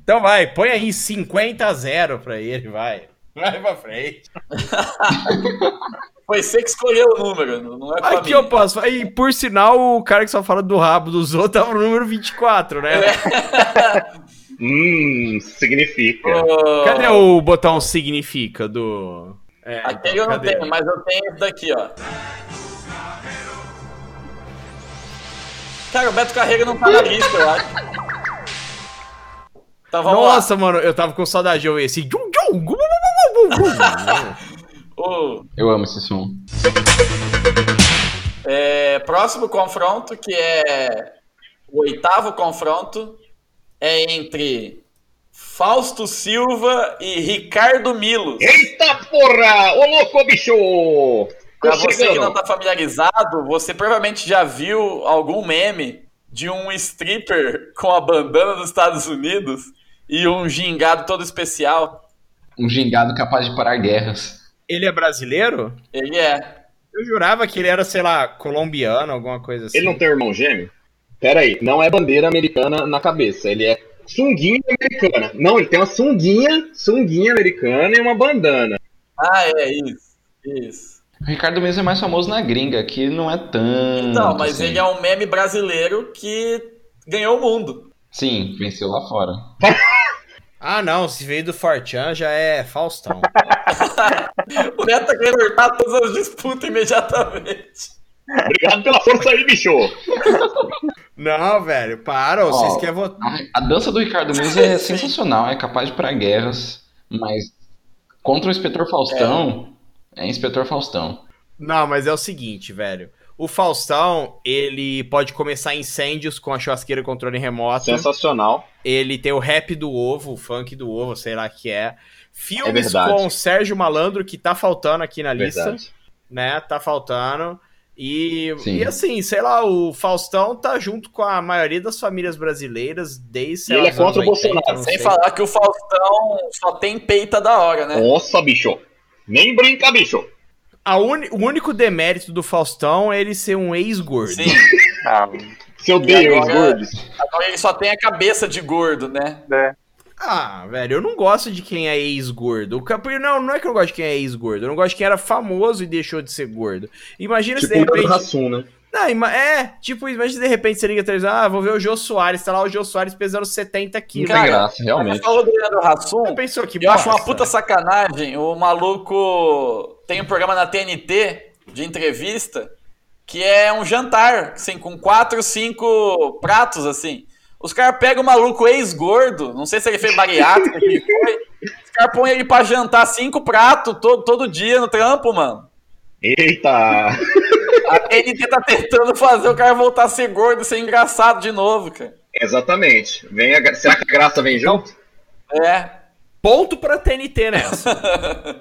Então vai, põe aí 50 a 0 pra ele, vai. Vai pra frente. Foi você que escolheu o número, não é pra Aqui mim. eu posso. E por sinal, o cara que só fala do rabo dos outros tava no número 24, né? Hum, significa. Ô, Cadê o botão significa do. É, Aquele eu não cadê? tenho, mas eu tenho esse daqui, ó. Cara, o Beto Carreiro não tá na lista, eu acho. Então vamos lá. Nossa, mano, eu tava com saudade de ouvir esse. Jum, jum, gum, gum, gum, gum, gum. O Eu amo esse som. é, próximo confronto, que é o oitavo confronto, é entre Fausto Silva e Ricardo Milos. Eita porra! Ô louco, bicho! Pra Tô você que não chegando. tá familiarizado, você provavelmente já viu algum meme de um stripper com a bandana dos Estados Unidos e um gingado todo especial. Um gingado capaz de parar guerras. ele é brasileiro? Ele é. Eu jurava que ele era, sei lá, colombiano, alguma coisa assim. Ele não tem irmão gêmeo? Pera aí, não é bandeira americana na cabeça, ele é sunguinha americana. Não, ele tem uma sunguinha, sunguinha americana e uma bandana. Ah, é isso. Isso. O Ricardo Mendes é mais famoso na gringa, que não é tanto. Então, mas assim. ele é um meme brasileiro que ganhou o mundo. Sim, venceu lá fora. Ah, não, se veio do Fortran já é Faustão. O Neto tá querendo cortar todas as disputas imediatamente. Obrigado pela força aí, bicho! não, velho, para, Ó, vocês querem votar. A, a dança do Ricardo Mendes é sensacional, é capaz de parar guerras, mas contra o Inspetor Faustão, é, Inspetor Faustão. Não, mas é o seguinte, velho. O Faustão, ele pode começar incêndios com a churrasqueira e controle remoto. Sensacional. Ele tem o rap do ovo, o funk do ovo, sei lá que é. É Filmes verdade. com o Sérgio Malandro, que tá faltando aqui na lista, Verdade. né? Tá faltando. E, Sim. e assim, sei lá, o Faustão tá junto com a maioria das famílias brasileiras desde. sei E lá, ele é os anos contra 80, o Bolsonaro. não Sem sei. falar que o Faustão só tem peita da hora, né? Nossa, bicho! Nem brinca, bicho! A uni- O único demérito do Faustão é ele ser um ex-gordo. Sim. Ah, Você odeia os agora- gordos? Agora ele só tem a cabeça de gordo, né? né? Ah, velho, eu não gosto de quem é ex-gordo. O Cap- Não, não é que eu gosto de quem é ex-gordo. Eu não gosto de quem era famoso e deixou de ser gordo. Imagina Tipo se de o Leandro repente. Hassum, né? Não, ima- é, tipo, imagina se de repente você liga a televisão, ah, vou ver o Jô Soares, tá lá o Jô Soares pesando 70 Não quilos. Cara, tem graça, Você realmente. falou do Leandro Hassum, É Já pensou que eu acho uma bosta? puta sacanagem. O maluco tem um programa na TNT de entrevista que é um jantar, assim, com quatro, cinco pratos, assim. Os caras pegam o maluco ex-gordo, não sei se ele fez bariátrica, o que ele foi. Os caras põem ele pra jantar cinco pratos todo, todo dia no trampo, mano. Eita! A TNT tá tentando fazer o cara voltar a ser gordo e ser engraçado de novo, cara. Exatamente. Vem a... gra- Será que a graça vem junto? É. Ponto pra TNT nessa.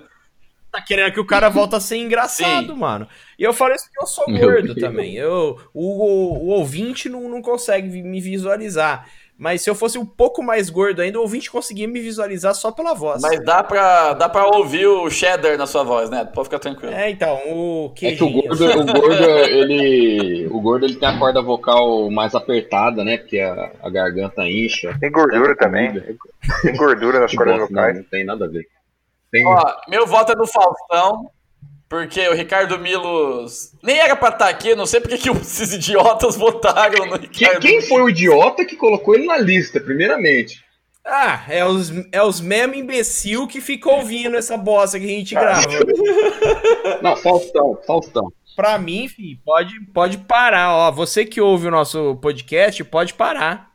tá querendo que o cara volta a ser engraçado, Sim. mano. E eu falo isso porque eu sou Meu gordo Deus. também. Eu, o, o, o ouvinte não, não consegue vi- me visualizar. Mas se eu fosse um pouco mais gordo ainda, o ouvinte conseguia me visualizar só pela voz. Mas dá pra, dá pra ouvir o cheddar na sua voz, né? Pode ficar tranquilo. É, então, o É que o queijinho. gordo, o gordo, ele, o gordo ele tem a corda vocal mais apertada, né? Porque a, a garganta incha. Tem gordura também. Tem gordura nas É Que bosta, né? cordas não, vocais. não tem nada a ver. Tem, Ó, meu voto é do Faustão, porque o Ricardo Milos nem era pra estar aqui, não sei porque que esses idiotas votaram no Que- Ricardo quem foi o idiota que colocou ele na lista, primeiramente? Ah, é os, é os mesmo imbecil que ficou ouvindo essa bosta que a gente grava. Não, Faustão, Faustão. Pra mim, filho, pode, pode parar, ó. Você que ouve o nosso podcast, pode parar.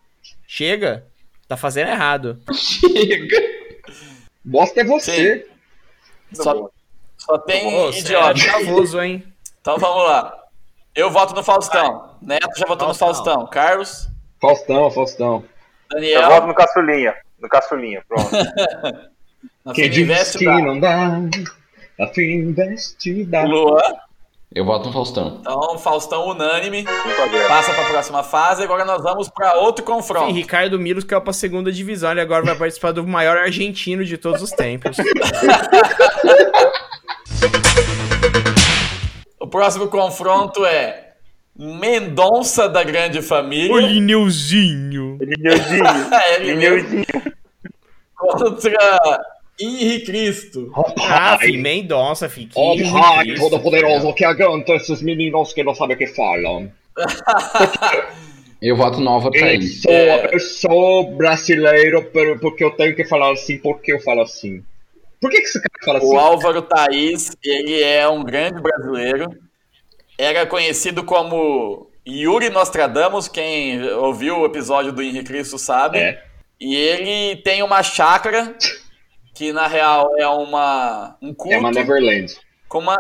Chega. Tá fazendo errado. Bosta é você. Só, só tem Ô, você idiota. é chavoso, hein? Então vamos lá. Eu voto no Faustão. Neto já votou Faustão. no Faustão. Carlos, Faustão, Faustão. Eu Daniel, voto no caçulinha. No caçulinha, pronto. na Quem Fina diz Invest, que dá. não dá, a fim investida. tá? Luan. Eu voto no Faustão. Então, Faustão unânime. Vamos fazer. Passa pra próxima fase. Agora nós vamos pra outro Sim, confronto. Ricardo Milos caiu pra segunda divisão. Ele agora vai participar do maior argentino de todos os tempos. O próximo confronto é Mendonça da Grande Família. Lineuzinho. Linhãozinho. É, ele mesmo. Linhãozinho. contra Henri Cristo. Ah, filho, Mendonça, filho. que Ó Pai, isso, Todo-Poderoso, que aguenta esses meninos que não sabem o que falam. Eu voto nova pra Eu ele. sou, eu sou brasileiro por- porque eu tenho que falar assim, porque eu falo assim. Por que, que esse cara fala assim? O Álvaro Thaís, ele é um grande brasileiro. Era conhecido como Yuri Nostradamus, quem ouviu o episódio do Henri Cristo sabe. É. E ele tem uma chácara, que na real é uma, um culto É uma Neverland. com, uma,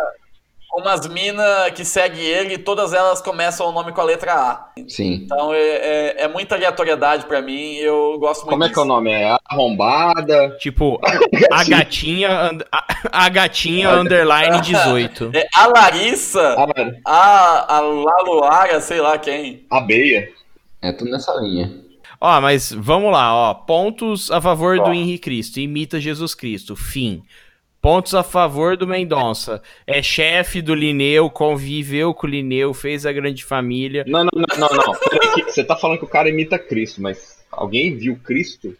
com umas minas que seguem ele e todas elas começam o nome com a letra A. Sim. Então é, é, é muita aleatoriedade pra mim, eu gosto muito Como é que é o disso. nome? É Arrombada? Tipo, a gatinha, and- a, a gatinha underline 18. É a Larissa, A- a, a Laluara, sei lá quem. Abeia? É tudo nessa linha. Ó, mas vamos lá, ó. Pontos a favor Ó. do Henri Cristo. Imita Jesus Cristo. Fim. Pontos a favor do Mendonça. É chefe do Lineu, conviveu com o Lineu, fez a grande família. Não, não, não, não, não. Peraí, que- Você tá falando que o cara imita Cristo, mas alguém viu Cristo?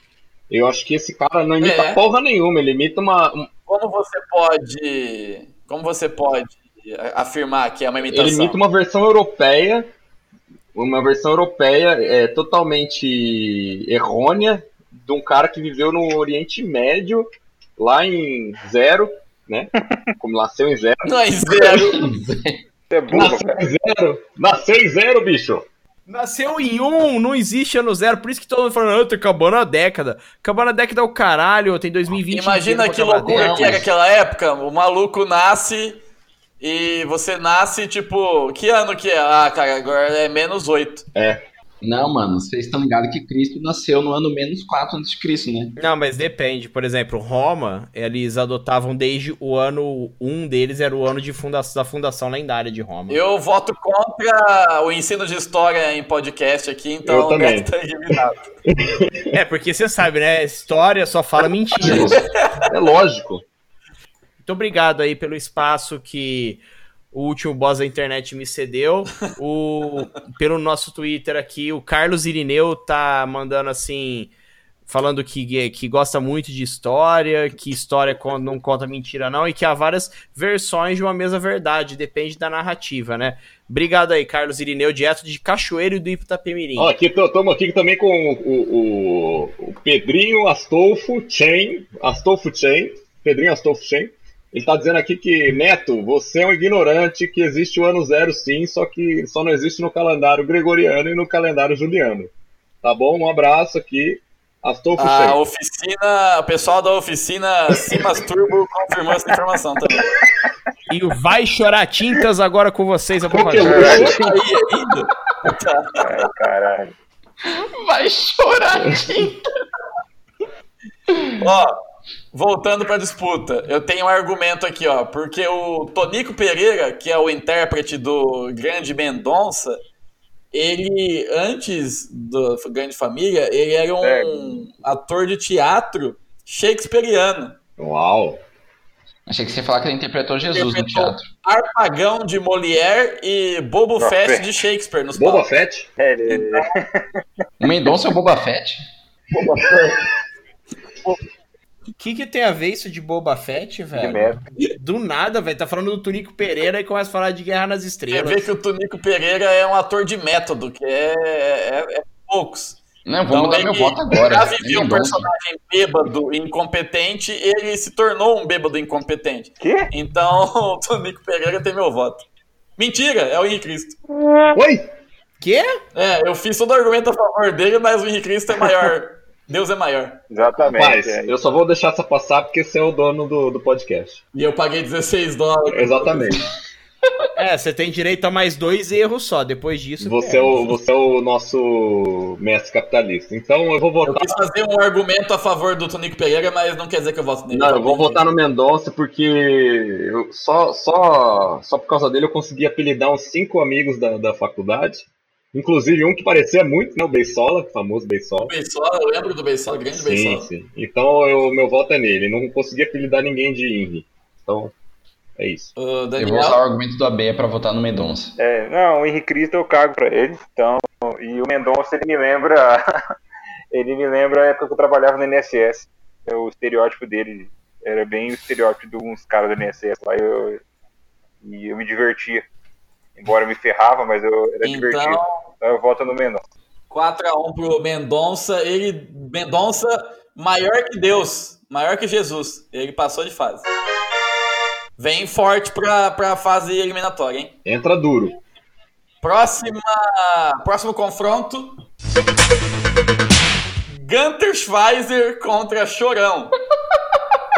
Eu acho que esse cara não imita É. porra nenhuma, ele imita uma. um- Como você pode. Como você pode afirmar que é uma imitação? ele imita uma versão europeia, uma versão europeia é, totalmente errônea de um cara que viveu no Oriente Médio, lá em zero, né? Como nasceu em zero. Não é zero. Você é burro, Nasceu cara. em zero! Nasceu em zero, bicho! Nasceu em um, não existe ano zero. Por isso que todo mundo falando, "Ah, tá acabando a década. Acabando a década é o caralho, tem 2020. Imagina inteiro que um pra acabar a década." loucura que era aquela época. O maluco nasce e você nasce, tipo, que ano que é? Ah, cara, agora é menos 8. Não, mano, vocês estão ligados que Cristo nasceu no ano menos 4 antes de Cristo, né? Não, mas depende. Por exemplo, Roma, eles adotavam desde o ano um deles, era o ano de funda da fundação lendária de Roma. Eu voto contra o ensino de história em podcast aqui, então Eu também. tá eliminado. É, porque você sabe, né? História só fala mentiras. É lógico. Muito obrigado aí pelo espaço que O último boss da internet me cedeu. O, pelo nosso Twitter aqui, o Carlos Irineu tá mandando assim. Falando que, que gosta muito de história, que história con- não conta mentira, não, e que há várias versões de uma mesma verdade, depende da narrativa, né? Obrigado aí, Carlos Irineu, direto de Cachoeiro do Ipitapemirim. Ó, aqui estamos aqui também com o, o- o- o Pedrinho Astolfo Chen. Astolfo Chen. Pedrinho Astolfo Chen. Ele tá dizendo aqui que, Neto, você é um ignorante, que existe o ano zero sim, só que só não existe no calendário gregoriano e no calendário juliano. Tá bom? Um abraço aqui. Astolfo A Chen. oficina, o pessoal da oficina Simas Turbo confirmou essa informação também. E o Vai Chorar Tintas agora com vocês, a É, propaganda. é? Coqueluche. Ai, caralho. Vai chorar, Ó, voltando pra disputa, eu tenho um argumento aqui, ó, porque o Tonico Pereira, que é o intérprete do Grande Mendonça, ele, antes do Grande Família, ele era um ator de teatro shakespeariano, Uau. Achei que você ia falar que ele interpretou Jesus no Interpretou. teatro. arpagão de Molière e bobo Boa fest fé. de Shakespeare nos Boba palcos. Fett. Ele- O Mendonça é o Boba Fett? O que, que tem a ver isso de Boba Fett, Que velho? merda. Do nada, velho. Tá falando do Tunico Pereira e começa a falar de Guerra nas Você Estrelas. vê que o Tonico Pereira é um ator de método, que é, é- é poucos. Não, vou mudar ele meu voto agora. Já É vivia um Mendonça. personagem bêbado e incompetente, ele se tornou um bêbado incompetente. Quê? Então, o Tonico Pereira tem meu voto. Mentira, é o Henrique Cristo. Oi! Quê? É, eu fiz todo o argumento a favor dele, mas o Henrique Cristo é maior. Deus é maior. Paz, Exatamente. é. eu só vou deixar essa passar porque você é o dono do, do podcast. E eu paguei 16 dólares. Exatamente. É, você tem direito a mais dois erros só. Depois disso. Você é, o, você é o nosso mestre capitalista. Então eu vou Eu votar. quis fazer um argumento a favor do Tonico Pereira, mas não quer dizer que eu voto nele. Não, eu vou Também. votar no Mendonça porque eu- só, só, só por causa dele eu consegui apelidar uns cinco amigos da, da faculdade. Inclusive um que parecia muito, né? O Beisola, o famoso Beisola. O Beisola, eu lembro do Beisola, grande Sim, Beisola. sim. Então eu- meu voto é nele. Não consegui apelidar ninguém de Henry. Então, é isso. O Eu vou Ah, Daniel, usar o argumento do AB pra votar no Mendonça. É, não, o Henrique Cristo eu cago pra ele, então. E o Mendonça, ele me lembra. ele me lembra a época que eu trabalhava no INSS. É, O estereótipo dele era bem o estereótipo de uns caras do INSS lá. Eu, e eu me divertia. Embora eu me ferrava, mas eu era Então- divertido. Então eu voto no Mendonça. 4x1 pro Mendonça. Ele, Mendonça, maior que Deus, maior que Jesus. Ele passou de fase. Vem forte pra, pra fase eliminatória, hein? Entra duro. Próxima, próximo confronto. Gunter Schweizer contra Chorão.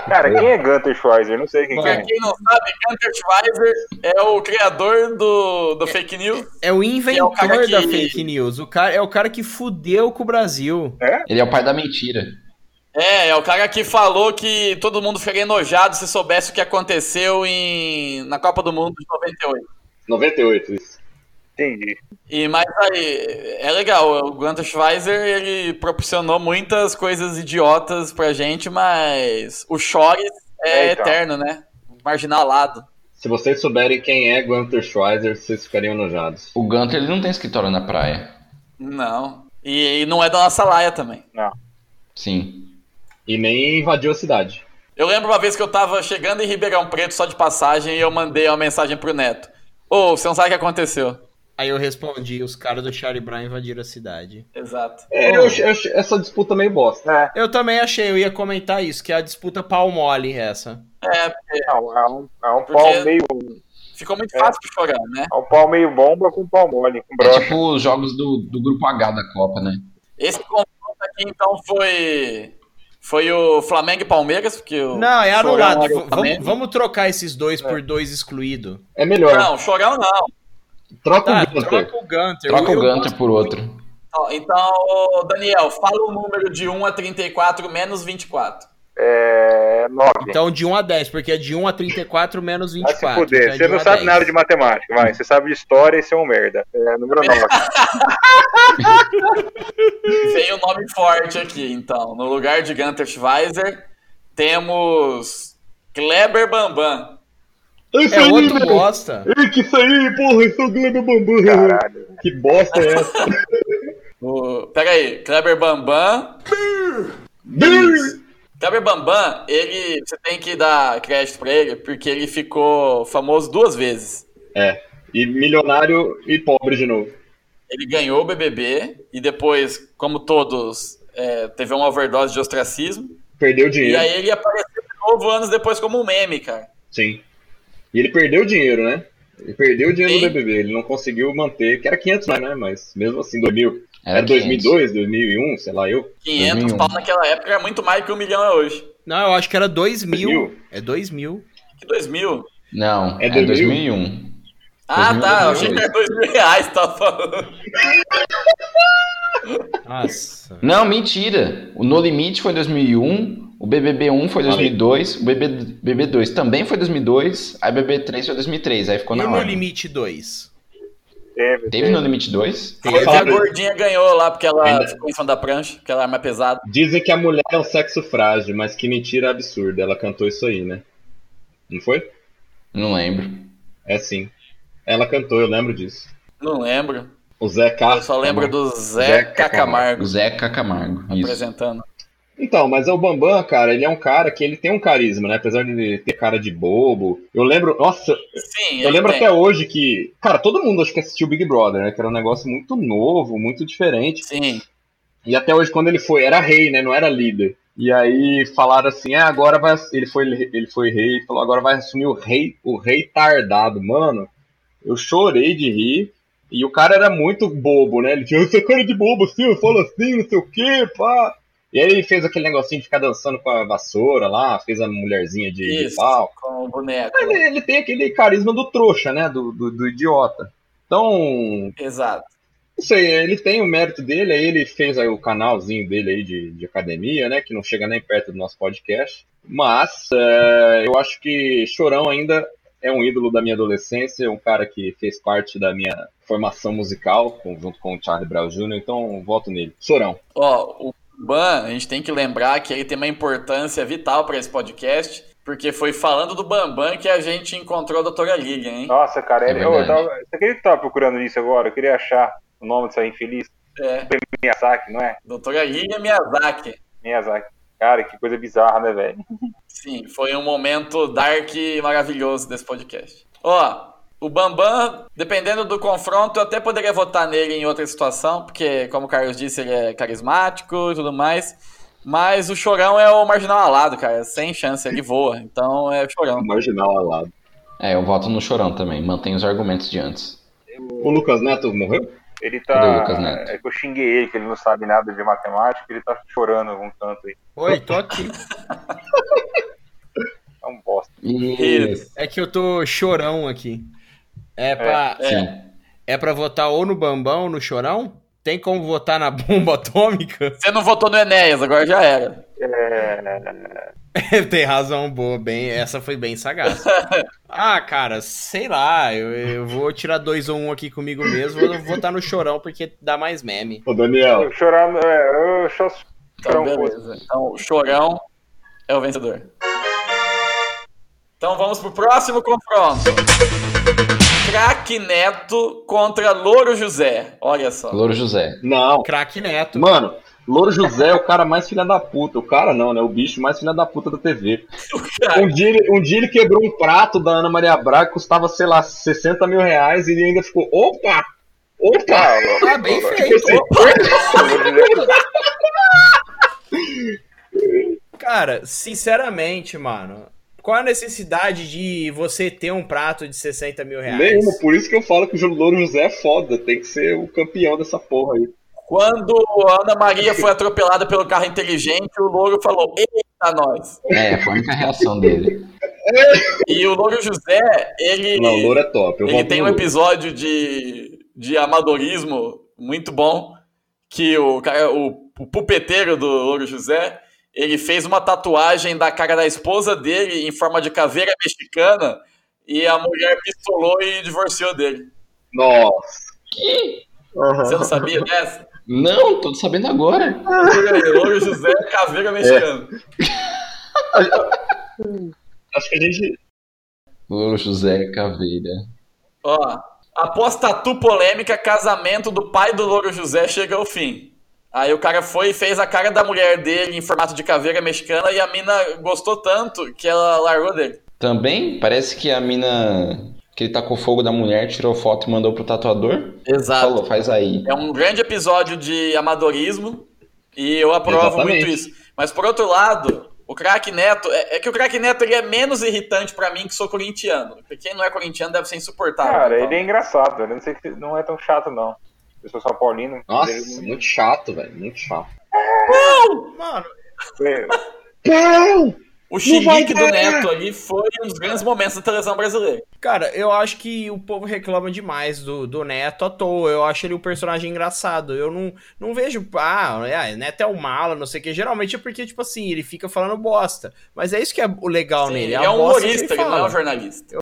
Cara, quem é Gunter Schweizer? Não sei quem que Pra é. quem não sabe, Gunter Schweizer é o criador do, do fake news. É o inventor É o cara que- da fake news. O cara, é o cara que fudeu com o Brasil. Ele é o pai da mentira. É, é o cara que falou que todo mundo ficaria enojado se soubesse o que aconteceu em, na Copa do Mundo de 98. 98, isso. Entendi. E mas aí, é legal, o Gunther Schweizer, ele proporcionou muitas coisas idiotas pra gente, mas o Chores é É, então. eterno, né? Marginalado. Se vocês souberem quem é Gunter Schweizer, vocês ficariam enojados. O Gunter ele não tem escritório na praia. Não. E, e não é da nossa laia também. Sim. E nem invadiu a cidade. Eu lembro uma vez que eu tava chegando em Ribeirão Preto só de passagem e eu mandei uma mensagem pro Neto. Ô, você não sabe o que aconteceu. Aí eu respondi: os caras do Charlie Brown invadiram a cidade. Exato. É, eu, ach- eu ach- essa disputa meio bosta. É, Eu também achei, eu ia comentar isso, que é a disputa pau mole essa. É, não, há um, há um Porque- pau meio. ficou muito fácil pro chorar, né? Há um pau meio bomba com pau mole, com É brocha. tipo os jogos do, do grupo H da Copa, né? Esse confronto aqui, então, foi. Foi o Flamengo e Palmeiras, porque o. Não, é Chorão anulado. era o V- Flamengo. Vamos, vamos trocar esses dois por dois excluído. É melhor. Não, chorão não. Troca Tá, o Gunter. troca o Gunter. Troca Eu- o Gunter por outro. Ó, Então, ô, Daniel, fala o número de 1 a 34 menos 24. É. 9. Então, de 1 a 10, porque é de 1 a 34 menos Vai se 24. fuder. então é de 1 Você não a sabe 10. nada de matemática, vai. Você sabe de história e você é um merda. É, número 9. Vem o um nome forte aqui, então. No lugar de Gunter Schweizer, temos Kleber Bambam. Isso É aí, outro velho. bosta. Ei, que isso aí, porra, eu sou o Gleba Bambu. Caralho. Que bosta é essa? O... Pera aí, Kleber Bambam. Deus! Kleber Bambam, ele. Você tem que dar crédito pra ele, porque ele ficou famoso duas vezes. e milionário e pobre de novo. Ele ganhou o BBB e depois, como todos, é, teve uma overdose de ostracismo. Perdeu E dinheiro. aí ele apareceu de novo anos depois como um meme, cara. Sim. E ele perdeu dinheiro, né? Ele perdeu dinheiro Sim. do BBB, ele não conseguiu manter, que era 500 mais, né? Mas mesmo assim, 2000. Era, 500. 2002, 2001, sei lá, eu. 500 2001. pau naquela época era muito mais que um milhão é hoje. Não, eu acho que era 2000. 2000. É 2000. Que 2 mil. Não, É é, 2000? 2001. Ah, 2000, tá. Eu 2002. achei que era 2 mil reais, tava falando. Nossa. Não, mentira. O No Limite foi em 2001, o BBB1 foi em 2002, o BB, BB2 também foi em 2002, aí BB3 foi em 2003, aí ficou E na o No hora. Limite 2? Teve, Teve No Limite 2? Tem Foi que a fábrica. gordinha ganhou lá, porque ela Ainda. ficou em cima da prancha, porque ela era mais pesada. Dizem que a mulher é um sexo frágil, mas que mentira absurda. Ela cantou isso aí, né? Não foi? Não lembro. É sim. Ela cantou, eu lembro disso. Não lembro. O Zé Eu Carlos. só lembro do Zeca Zeca Camargo O Zeca Camargo, isso. apresentando. Então, mas é o Bambam, cara, ele é um cara que ele tem um carisma, né? Apesar de ele ter cara de bobo. Eu lembro, nossa, Sim, é. Eu ele lembro tem. até hoje que, cara, todo mundo acho que assistiu Big Brother, né? Que era um negócio muito novo, muito diferente. Sim. E até hoje, quando ele foi, era rei, né? Não era líder. E aí falaram assim, ah, agora vai. ass- Ele foi, ele foi rei, falou, agora vai assumir o rei, o rei tardado. Mano, eu chorei de rir. E o cara era muito bobo, né? Ele tinha essa cara de bobo assim, eu falo assim, não sei o quê, pá. E aí ele fez aquele negocinho de ficar dançando com a vassoura lá, fez a mulherzinha de, de Isso. pau. Com o boneco. Ele, ele tem aquele carisma do trouxa, né? Do, do, do idiota. Então, Exato. não sei, ele tem o mérito dele, aí ele fez aí o canalzinho dele aí de, de academia, né? Que não chega nem perto do nosso podcast. Mas é, eu acho que Chorão ainda é um ídolo da minha adolescência, um cara que fez parte da minha formação musical, com- junto com o Charlie Brown Jr., então voto nele. Chorão. Ó, o Bambam, a gente tem que lembrar que ele tem uma importância vital pra esse podcast, porque foi falando do Bambam que a gente encontrou a doutora Lilian, hein? Nossa, cara, É ele, ô, eu verdade. tava, você acredita que eu tava procurando isso agora? Eu queria achar o nome dessa infeliz. É, Miyazaki, não é? doutora Lilian Miyazaki. Miyazaki. Cara, que coisa bizarra, né, velho? Sim, foi um momento dark e maravilhoso desse podcast. Ó, o Bambam, dependendo do confronto, eu até poderia votar nele em outra situação, porque, como o Carlos disse, ele é carismático e tudo mais. Mas o Chorão é o marginal alado, cara. Sem chance, ele voa. Então é o Chorão. Marginal ao lado. É, eu voto no Chorão também, mantém os argumentos de antes. O Lucas Neto morreu? Ele Cadê tá. o Lucas Neto? É que eu xinguei ele, que ele não sabe nada de matemática, ele tá chorando um canto aí. Oi, tô aqui. É um bosta. Isso. É que eu tô chorão aqui. É pra, é. Sim. pra votar ou no Bambão ou no Chorão? Tem como votar na bomba atômica? Você não votou no Enéas, agora já era. É, Tem razão, boa. Bem, essa foi bem sagaz. ah, cara, sei lá. Eu, eu vou tirar dois ou um aqui comigo mesmo. Vou votar no Chorão porque dá mais meme. Ô, Daniel. Eu chorando, é, eu só Então, chorando. beleza. Então, o Chorão é o vencedor. Então, vamos pro próximo confronto. Craque Neto contra Louro José. Olha só. Louro José. Não, Craque Neto. Mano, Louro José é o cara mais filha da puta. O cara não, né? O bicho mais filha da puta da TV. cara. Um dia, ele, um dia ele quebrou um prato da Ana Maria Braga que custava, sei lá, 60 mil reais e ele ainda ficou, opa! Opa! Ah, eu- Tá bem eu- feito. eu vou dizer- Cara, sinceramente, mano, qual a necessidade de você ter um prato de 60 mil reais? Nenhuma, por isso que eu falo que o Louro José é foda, tem que ser o campeão dessa porra aí. Quando a Ana Maria foi atropelada pelo carro inteligente, o Louro falou: Eita, nós! É, foi a única reação dele. E o Louro José, ele, Não, o Louro é top. Eu ele voto tem no um Louro. episódio de, de amadorismo muito bom. Que o, cara- o, o pupeteiro do Louro José ele fez uma tatuagem da cara da esposa dele em forma de caveira mexicana. E a mulher pistolou e divorciou dele. Nossa. Você não sabia dessa? Não, tô sabendo agora. Louro José, caveira mexicana. Acho que a gente. Louro José Caveira. Ó, após tatu polêmica, casamento do pai do Louro José chega ao fim. Aí o cara foi e fez a cara da mulher dele em formato de caveira mexicana e a mina gostou tanto que ela largou dele. Também parece que a mina que ele tacou fogo da mulher, tirou foto e mandou pro tatuador. Ah. Exato. Falou, faz aí. É um grande episódio de amadorismo e eu aprovo Exatamente. muito isso. Mas por outro lado, o craque Neto, é, é que o craque Neto ele é menos irritante pra mim que sou corintiano. Porque quem não é corintiano deve ser insuportável. Cara, então. ele é engraçado, velho. Não, sei se não é tão chato, não. Eu sou São Paulino. Nossa, ele- muito chato, velho. Muito chato. Mano, Não! O vai chilique do ganhar. Neto ali foi um dos grandes momentos da televisão brasileira. cara, eu acho que o povo reclama demais do, do Neto à toa. Eu acho ele um personagem engraçado. Eu não, não vejo. Ah, é, Neto é o mala, não sei o que. Geralmente é porque, tipo assim, ele fica falando bosta. Mas é isso que é o legal Sim, nele. ele a é um bosta que humorista, ele não é fala. um jornalista.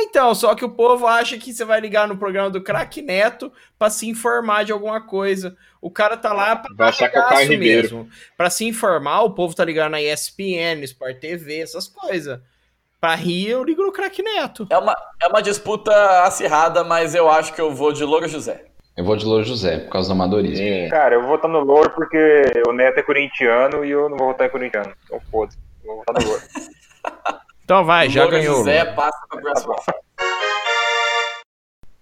Então, só que o povo acha que você vai ligar no programa do Crack Neto pra se informar de alguma coisa. O cara tá lá pra Vai achar que é o Caio Ribeiro. mesmo. Pra se informar, o povo tá ligando na ESPN, Sport TV, essas coisas. Pra rir, eu ligo no Crack Neto. É uma, é uma disputa acirrada, mas eu acho que eu vou de Louro José. Eu vou de Louro José, por causa do amadorismo. É. Cara, eu vou votar no Louro porque o Neto é corintiano e eu não vou votar em corintiano. Então foda-se. eu Vou votar no Louro. Então vai, já Louro ganhou. José passa pra próxima.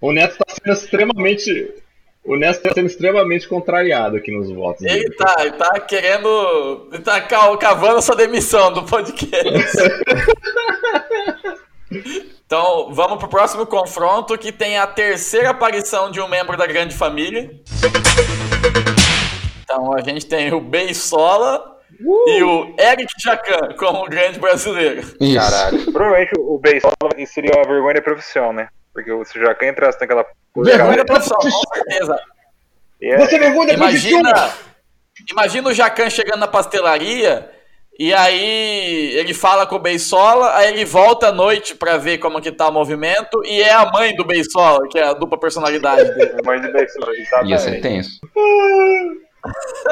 O Neto tá sendo extremamente. O Neto tá sendo extremamente contrariado aqui nos votos. Ele tá, ele tá querendo. Ele tá ca- cavando sua demissão do podcast. então, vamos pro próximo confronto que tem a terceira aparição de um membro da grande família. Então, a gente tem o Beisola Uh! e o Eric Jacan como grande brasileiro. Isso. Provavelmente o Beisola seria uma vergonha da profissão, né? Porque se o Jacan entrasse naquela. Vergonha da Cara, profissão, com certeza. né? e é- Você levou depois de Imagina, tudo! imagina o Jacan chegando na pastelaria e aí ele fala com o Beisola, aí ele volta à noite pra ver como que tá o movimento e é a mãe do Beisola, que é a dupla personalidade dele. a mãe do Beisola, tá Ia ser exatamente. tenso.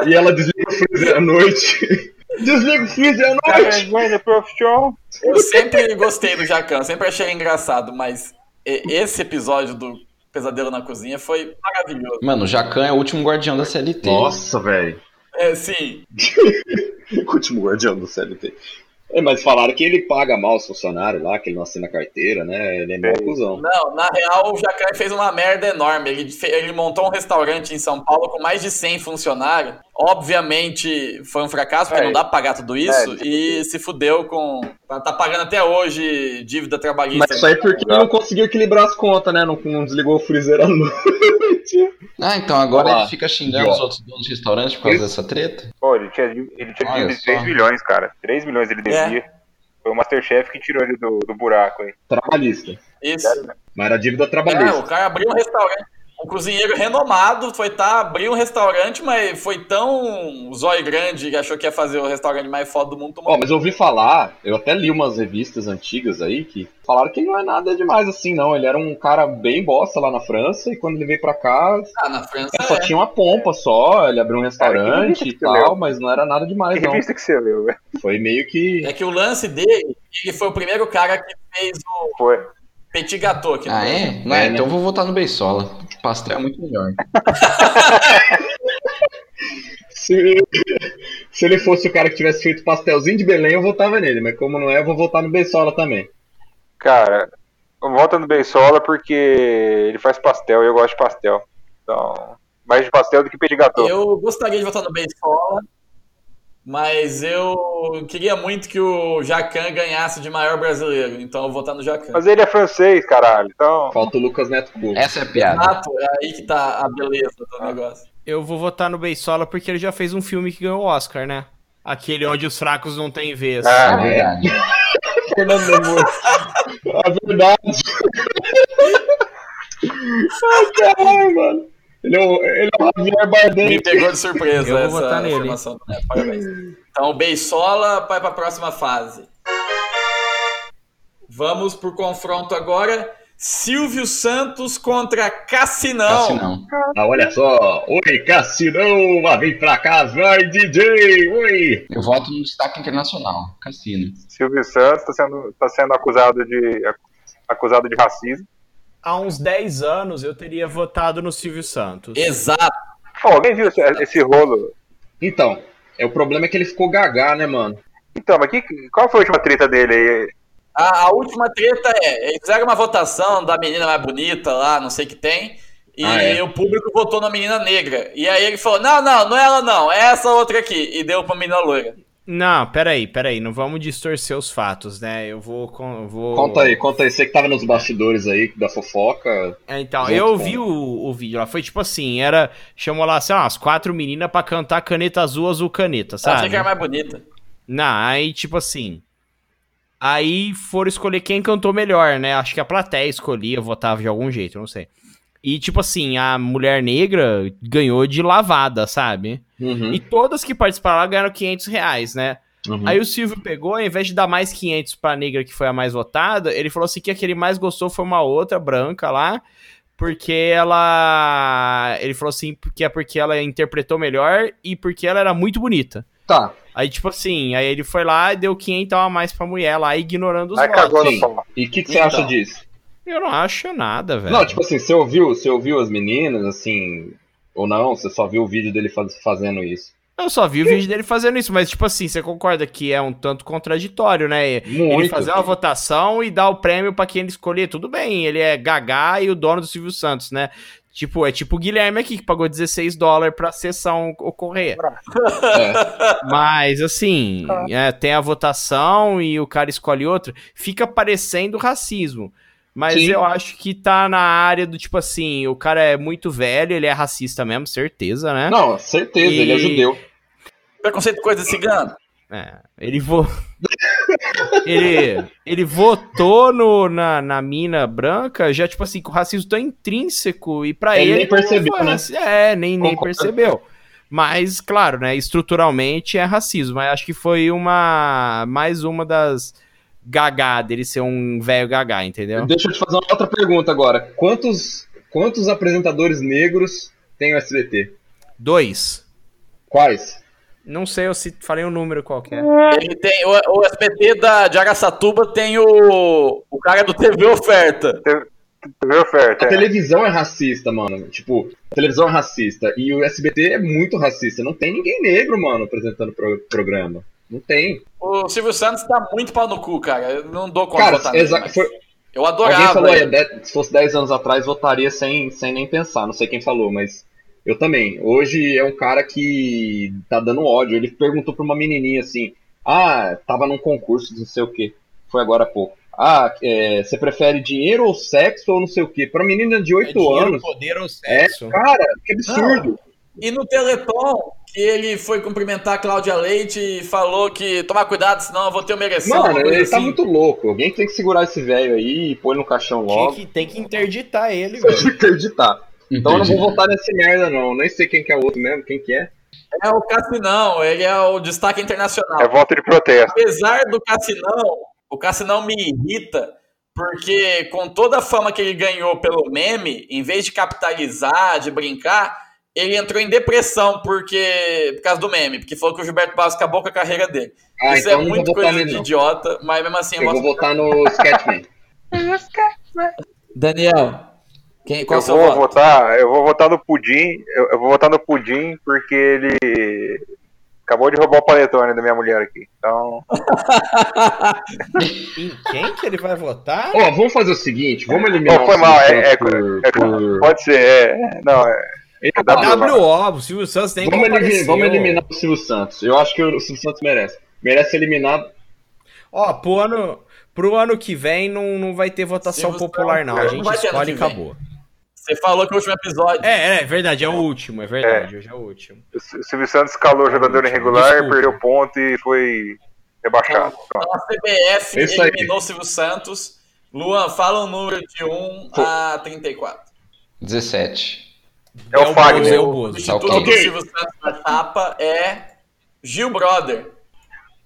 E ela desliga o freezer à noite. Desliga o freezer à Cara, noite! É vergonha da profissão. Eu sempre gostei do Jacan, sempre achei engraçado, mas e- esse episódio do Pesadelo na Cozinha foi maravilhoso. Mano, o Jacan é o último guardião da CLT. Nossa, velho. É, sim, O último guardião do CLT. É, mas falaram que ele paga mal os funcionários lá, que ele não assina carteira, né? Ele é meio cuzão. não, na real o Jacan fez uma merda enorme. Ele, fe- ele montou um restaurante em São Paulo com mais de 100 funcionários. Obviamente foi um fracasso, porque É. não dá pra pagar tudo isso. É, tipo- e se fudeu com. Tá, tá pagando até hoje dívida trabalhista. Mas isso aí é porque ele não conseguiu equilibrar as contas, né? Não, não desligou o freezer à noite. Ah, então agora Olha lá. ele fica xingando os Ó. outros donos de restaurante por causa dessa treta? Pô, ele tinha, ele tinha Olha dívida de só. 3 milhões, cara. 3 milhões ele devia. Foi o Masterchef que tirou ele do, do buraco aí. Trabalhista. Isso. Mas era dívida É, é trabalhista. o cara abriu um restaurante. Um cozinheiro renomado foi tá, abriu um restaurante, mas foi tão zóio grande que achou que ia fazer o restaurante mais foda do mundo. Tomou Ó, mas eu ouvi falar, eu até li umas revistas antigas aí que falaram que ele não é nada demais assim, não. Ele era um cara bem bosta lá na França e quando ele veio pra cá, Ah, na França. só é. tinha uma pompa só, ele abriu um Cara, que restaurante e revista que você tal, leu? mas não era nada demais, Que não. revista que você leu, velho? Foi meio que. É que o lance dele, ele foi o primeiro cara que fez o Foi. petit gâteau aqui no Ah, Brasil. é? Não, É, é, né? então eu vou votar no Beisola. Pastel é muito melhor. Se, se ele fosse o cara que tivesse feito pastelzinho de Belém, eu votava nele, mas como não é, eu vou votar no Bensola também. Cara, eu voto no Beisola porque ele faz pastel e eu gosto de pastel. Então, mais de pastel do que petit gâteau. Eu gostaria de votar no Beisola, mas eu queria muito que o Jacan ganhasse de maior brasileiro, então eu vou votar no Jacan. Mas ele é francês, caralho. Então, Falta o Lucas Neto Cubo. Essa é a piada. Exato, é aí que tá a beleza do negócio. Eu vou votar no Beisola porque ele já fez um filme que ganhou o Oscar, né? Aquele onde os fracos não têm vez. Ah. é verdade. Fernando Demor. A um É verdade. Ai, caralho, mano. Ele é o, ele é o Javier Me Bardem. pegou de surpresa Eu vou essa votar nele. afirmação do Neto, parabéns. Então, o Beisola vai pra próxima fase. Vamos pro confronto agora. Silvio Santos contra Não. Cassinão. não. Ah, olha só. Oi, Cassinão. Vem pra cá, vai, DJ. Oi. Eu voto no destaque internacional. Cassino. Silvio Santos tá sendo, tá sendo acusado de acusado de racismo. Há uns 10 anos eu teria votado no Silvio Santos. Exato. Pô, alguém viu esse, esse rolo? Então, é, o problema é que ele ficou gaga, né, mano? Então, mas que, qual foi a última treta dele aí? A, a última treta é, eles fizeram uma votação da menina mais bonita lá, não sei o que tem, e Ah, é. o público votou na menina negra. E aí ele falou, não, não, não é ela não, é essa outra aqui. E deu pra menina loira. Não, peraí, peraí, não vamos distorcer os fatos, né? Eu vou. con- eu vou... Conta aí, conta aí. Você que tava nos bastidores aí da fofoca. É, então, Junto eu com- vi o, o vídeo lá, foi tipo assim, era, chamou lá, sei lá, umas quatro meninas pra cantar Caneta Azul, Azul Caneta, Sabe? Achei sabe? que era mais bonita. Não, aí tipo assim, aí foram escolher quem cantou melhor, né? Acho que a plateia escolhia, votava de algum jeito, não sei. E tipo assim, a mulher negra ganhou de lavada, sabe? Uhum, E todas que participaram lá ganharam 500 reais, né? uhum. Aí o Silvio pegou, ao invés de dar mais 500 pra negra que foi a mais votada, ele falou assim que a que ele mais gostou foi uma outra branca lá, porque ela... Ele falou assim que é porque ela interpretou melhor e porque ela era muito bonita. Tá. Aí, tipo assim, aí ele foi lá e deu 500 a mais pra mulher lá, ignorando os Aí votos. cagou sim. no pau. E o que, que você Então. acha disso? Eu não acho nada, velho. Não, tipo assim, você ouviu, você ouviu as meninas, assim, ou não? Você só viu o vídeo dele faz- fazendo isso? Eu só vi o vídeo dele fazendo isso, mas, tipo assim, você concorda que é um tanto contraditório, né? Ele Muito. fazer uma votação e dar o prêmio pra quem ele escolher, tudo bem. Ele é Gagá e o dono do Silvio Santos, né? Tipo, é tipo o Guilherme aqui, que pagou 16 dólares pra sessão ocorrer. É. Mas, assim, Tá. é, tem a votação e o cara escolhe outro. Fica parecendo racismo. Mas Sim. eu acho que tá na área do tipo assim, o cara é muito velho, ele é racista mesmo, certeza, né? Não, certeza, E- ele é judeu. Preconceito coisa de cigano. É, ele vo... ele, ele votou no, na, na mina branca, já tipo assim, que o racismo tão intrínseco e pra ele... Ele nem não percebeu, foi né? raci- É, nem, nem Concordo. percebeu. Mas, claro, né, estruturalmente é racismo, mas acho que foi uma... mais uma das gagá dele ser um velho gagá, entendeu? Deixa eu te fazer uma outra pergunta agora. Quantos, quantos apresentadores negros tem o SBT? Dois. Quais? Não sei eu se falei um número qualquer. Ele tem, o, o SPT da, de Araçatuba tem o, o cara do TV Oferta. Tu viu, Fer? A É. televisão é racista, mano. Tipo, a televisão é racista. E o SBT é muito racista. Não tem ninguém negro, mano, apresentando o pro programa. Não tem. O Silvio Santos tá muito pau no cu, cara. Eu não dou conta Cara, de votar nele, exa- mas foi- Eu Alguém adorava. falou, ele. "É, de- se fosse 10 anos atrás, votaria sem, sem nem pensar. Não sei quem falou, mas eu também. Hoje é um cara que tá dando ódio. Ele perguntou pra uma menininha assim: Ah, tava num concurso de não sei o que. Foi agora há pouco. Ah, é, você prefere dinheiro ou sexo ou não sei o que? Pra menina de É 8 anos. poder ou É, cara, que absurdo. E no Teleton, que ele foi cumprimentar a Cláudia Leite e falou que tomar cuidado, senão eu vou ter o mereção. Mano, uma coisa ele tá assim. muito louco. Alguém tem que segurar esse velho aí e pôr no caixão logo. que, tem que interditar ele, Pra gente acreditar. Então eu não vou Entendi. votar nesse merda, não. Nem sei quem que é o outro mesmo, quem que é. É o Cassinão, ele é o destaque internacional. É voto de protesto. Apesar do Cassinão, o Cassinão me irrita, porque com toda a fama que ele ganhou pelo meme, em vez de capitalizar, de brincar, ele entrou em depressão porque por causa do meme, porque falou que o Gilberto Barros acabou com a carreira dele. Ah, Isso então é eu não vou muito votar coisa nele, de não. idiota, mas mesmo assim eu, Eu vou gosto. votar no Sketchman. Daniel, quem, qual é Eu o seu vou voto? votar, eu vou votar no Pudim, eu, eu vou votar no Pudim porque ele acabou de roubar o paletone da minha mulher aqui. Então, Em quem que ele vai votar? Ó, vamos fazer o seguinte, vamos eliminar Ô, foi o mal, Silvio é- Santos por- é- por- pode ser, é, não, é, Ele- dá pra- WO, o Silvio Santos tem que Vamos, comparecer, eliminar, vamos ó. eliminar o Silvio Santos. Eu acho que o Silvio Santos merece. Merece ser eliminado. Ó, pro ano, pro ano que vem não, não vai ter votação Silvio popular, Santos, não. A não gente vai ter ano escolhe e que vem. acabou. Você falou que o último episódio. É, é verdade, é o último, é verdade, hoje é o último. o Silvio Santos calou jogador irregular, Desculpa. perdeu ponto e foi rebaixado. Pronto. A CBF Isso aí. eliminou o Silvio Santos. Luan, fala um número de 1 a 34. 17. É o Bozo, é o Fagner. O Bozo. instituto ok. do Silvio Santos na tapa é Gil Brother.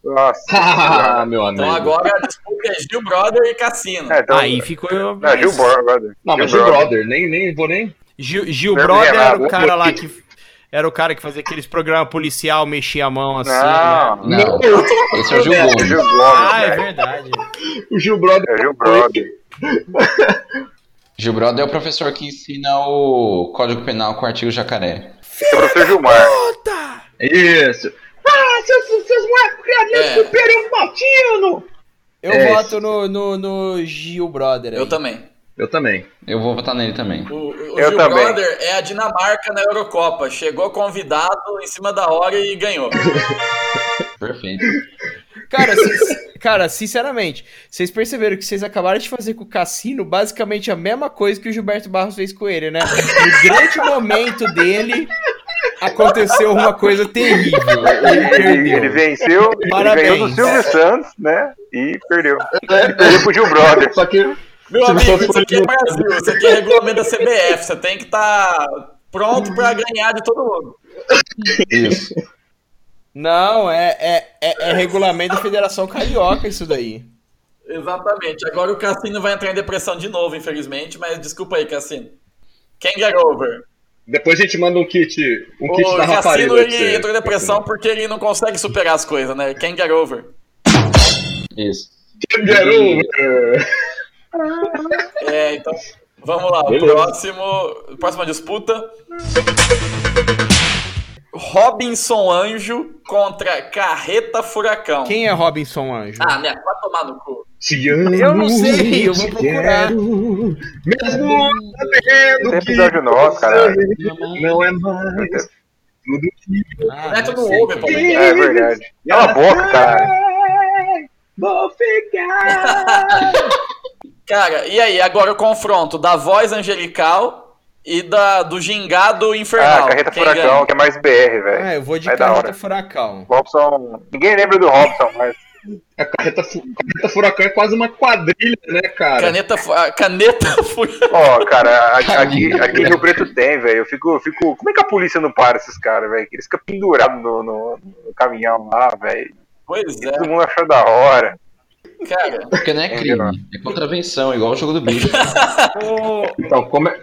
Nossa, Ah, meu amigo. Então agora a disputa é Gil Brother e Cassino. é, então, Aí ficou. não, Gil Bor- brother. Não, mas Gil o Brother. brother, nem, nem vou nem. Gil, Gil Meu Brother Deus, era o eu- cara lá eu- que. Era o cara que fazia aqueles programas policial, mexia a mão assim. né? Não, Não, esse é o Gil Não, é Gomes. Gil Ah, é Gomes, né? verdade. O Gil Brother. É Gil Brother. Gilbraldo é o professor que ensina o Código Penal com o artigo jacaré. É o professor Gilmar. Isso. Ah, seus, seus moleques criadores É. do Império Latino! Eu É. voto no, no, no Gil Brother. aí. Eu também. Eu também. Eu vou votar nele também. O, o Eu Gil também. Brother é a Dinamarca na Eurocopa. Chegou convidado em cima da hora e ganhou. Perfeito. Cara, si- cara, sinceramente, vocês perceberam que vocês acabaram de fazer com o Cassino basicamente a mesma coisa que o Gilberto Barros fez com ele, né? No grande momento dele, aconteceu uma coisa terrível. Ele Ele, ele perdeu. venceu, ele Parabéns. ganhou do Silvio Santos, né? E perdeu. E perdeu pro Gil Brother. Só que Meu Se amigo, você isso for aqui é Brasil, isso aqui é regulamento da CBF, você tem que estar pronto pra ganhar de todo mundo. Isso. Não, é, é, é, é regulamento da Federação Carioca isso daí. Exatamente. Agora o Cassino vai entrar em depressão de novo, infelizmente, mas desculpa aí, Cassino. Can get over. depois a gente manda um kit, um kit o da rapariga. Cassino pra ele você. entrou em depressão porque ele não consegue superar as coisas, né? Can get over. Isso. Get over. É, então, vamos lá. Beleza. Próximo, próxima disputa. Robinson Anjo contra Carreta Furacão. Quem é Robinson Anjo? Ah, né? Vai tomar no cu. Te amo, Eu não sei, eu vou te procurar. quero, mesmo sabendo Tem que episódio nosso, cara. não é mais tudo que Ah, Neto não sei ouve, quem pô. tem. É verdade. Cala a boca, cara. Vou ficar. Cara, e aí, agora o confronto da voz angelical e da, do gingado Ah, infernal. Carreta Quem Furacão, ganha? que é mais BR, velho. Ah, eu vou de É da carreta hora. furacão. Robson. Ninguém lembra do Robson, mas. A carreta, fu- carreta furacão é quase uma quadrilha, né, cara? Caneta, fu- ah, caneta furacão. Ó, cara, a- aqui, aqui em Rio Preto tem, velho. Eu fico, eu fico. Como é que a polícia não para esses caras, velho? Que Eles ficam pendurados no, no- no caminhão lá, velho. Pois Todo é, mundo achou da hora. cara. Porque não é crime, é contravenção, igual o jogo do bicho. Então, como é.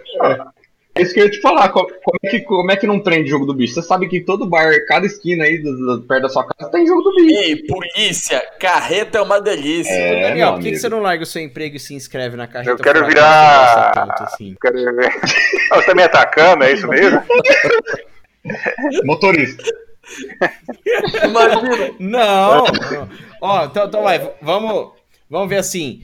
é isso que eu ia te falar, co- como, é que, como é que não prende jogo do bicho? Você sabe que em todo bar, cada esquina aí do- do- perto da sua casa tem jogo do bicho. Ei, polícia, carreta é uma delícia. É, Daniel, meu por que, que amigo. você não larga o seu emprego e se inscreve na carreta Eu quero furacão, virar- que você gosta tanto, assim? Quero ver. Ah, Você tá me atacando, é isso mesmo? Motorista. Imagina. Não! não. É. Ó, então, então vai, v- vamos, vamos ver assim.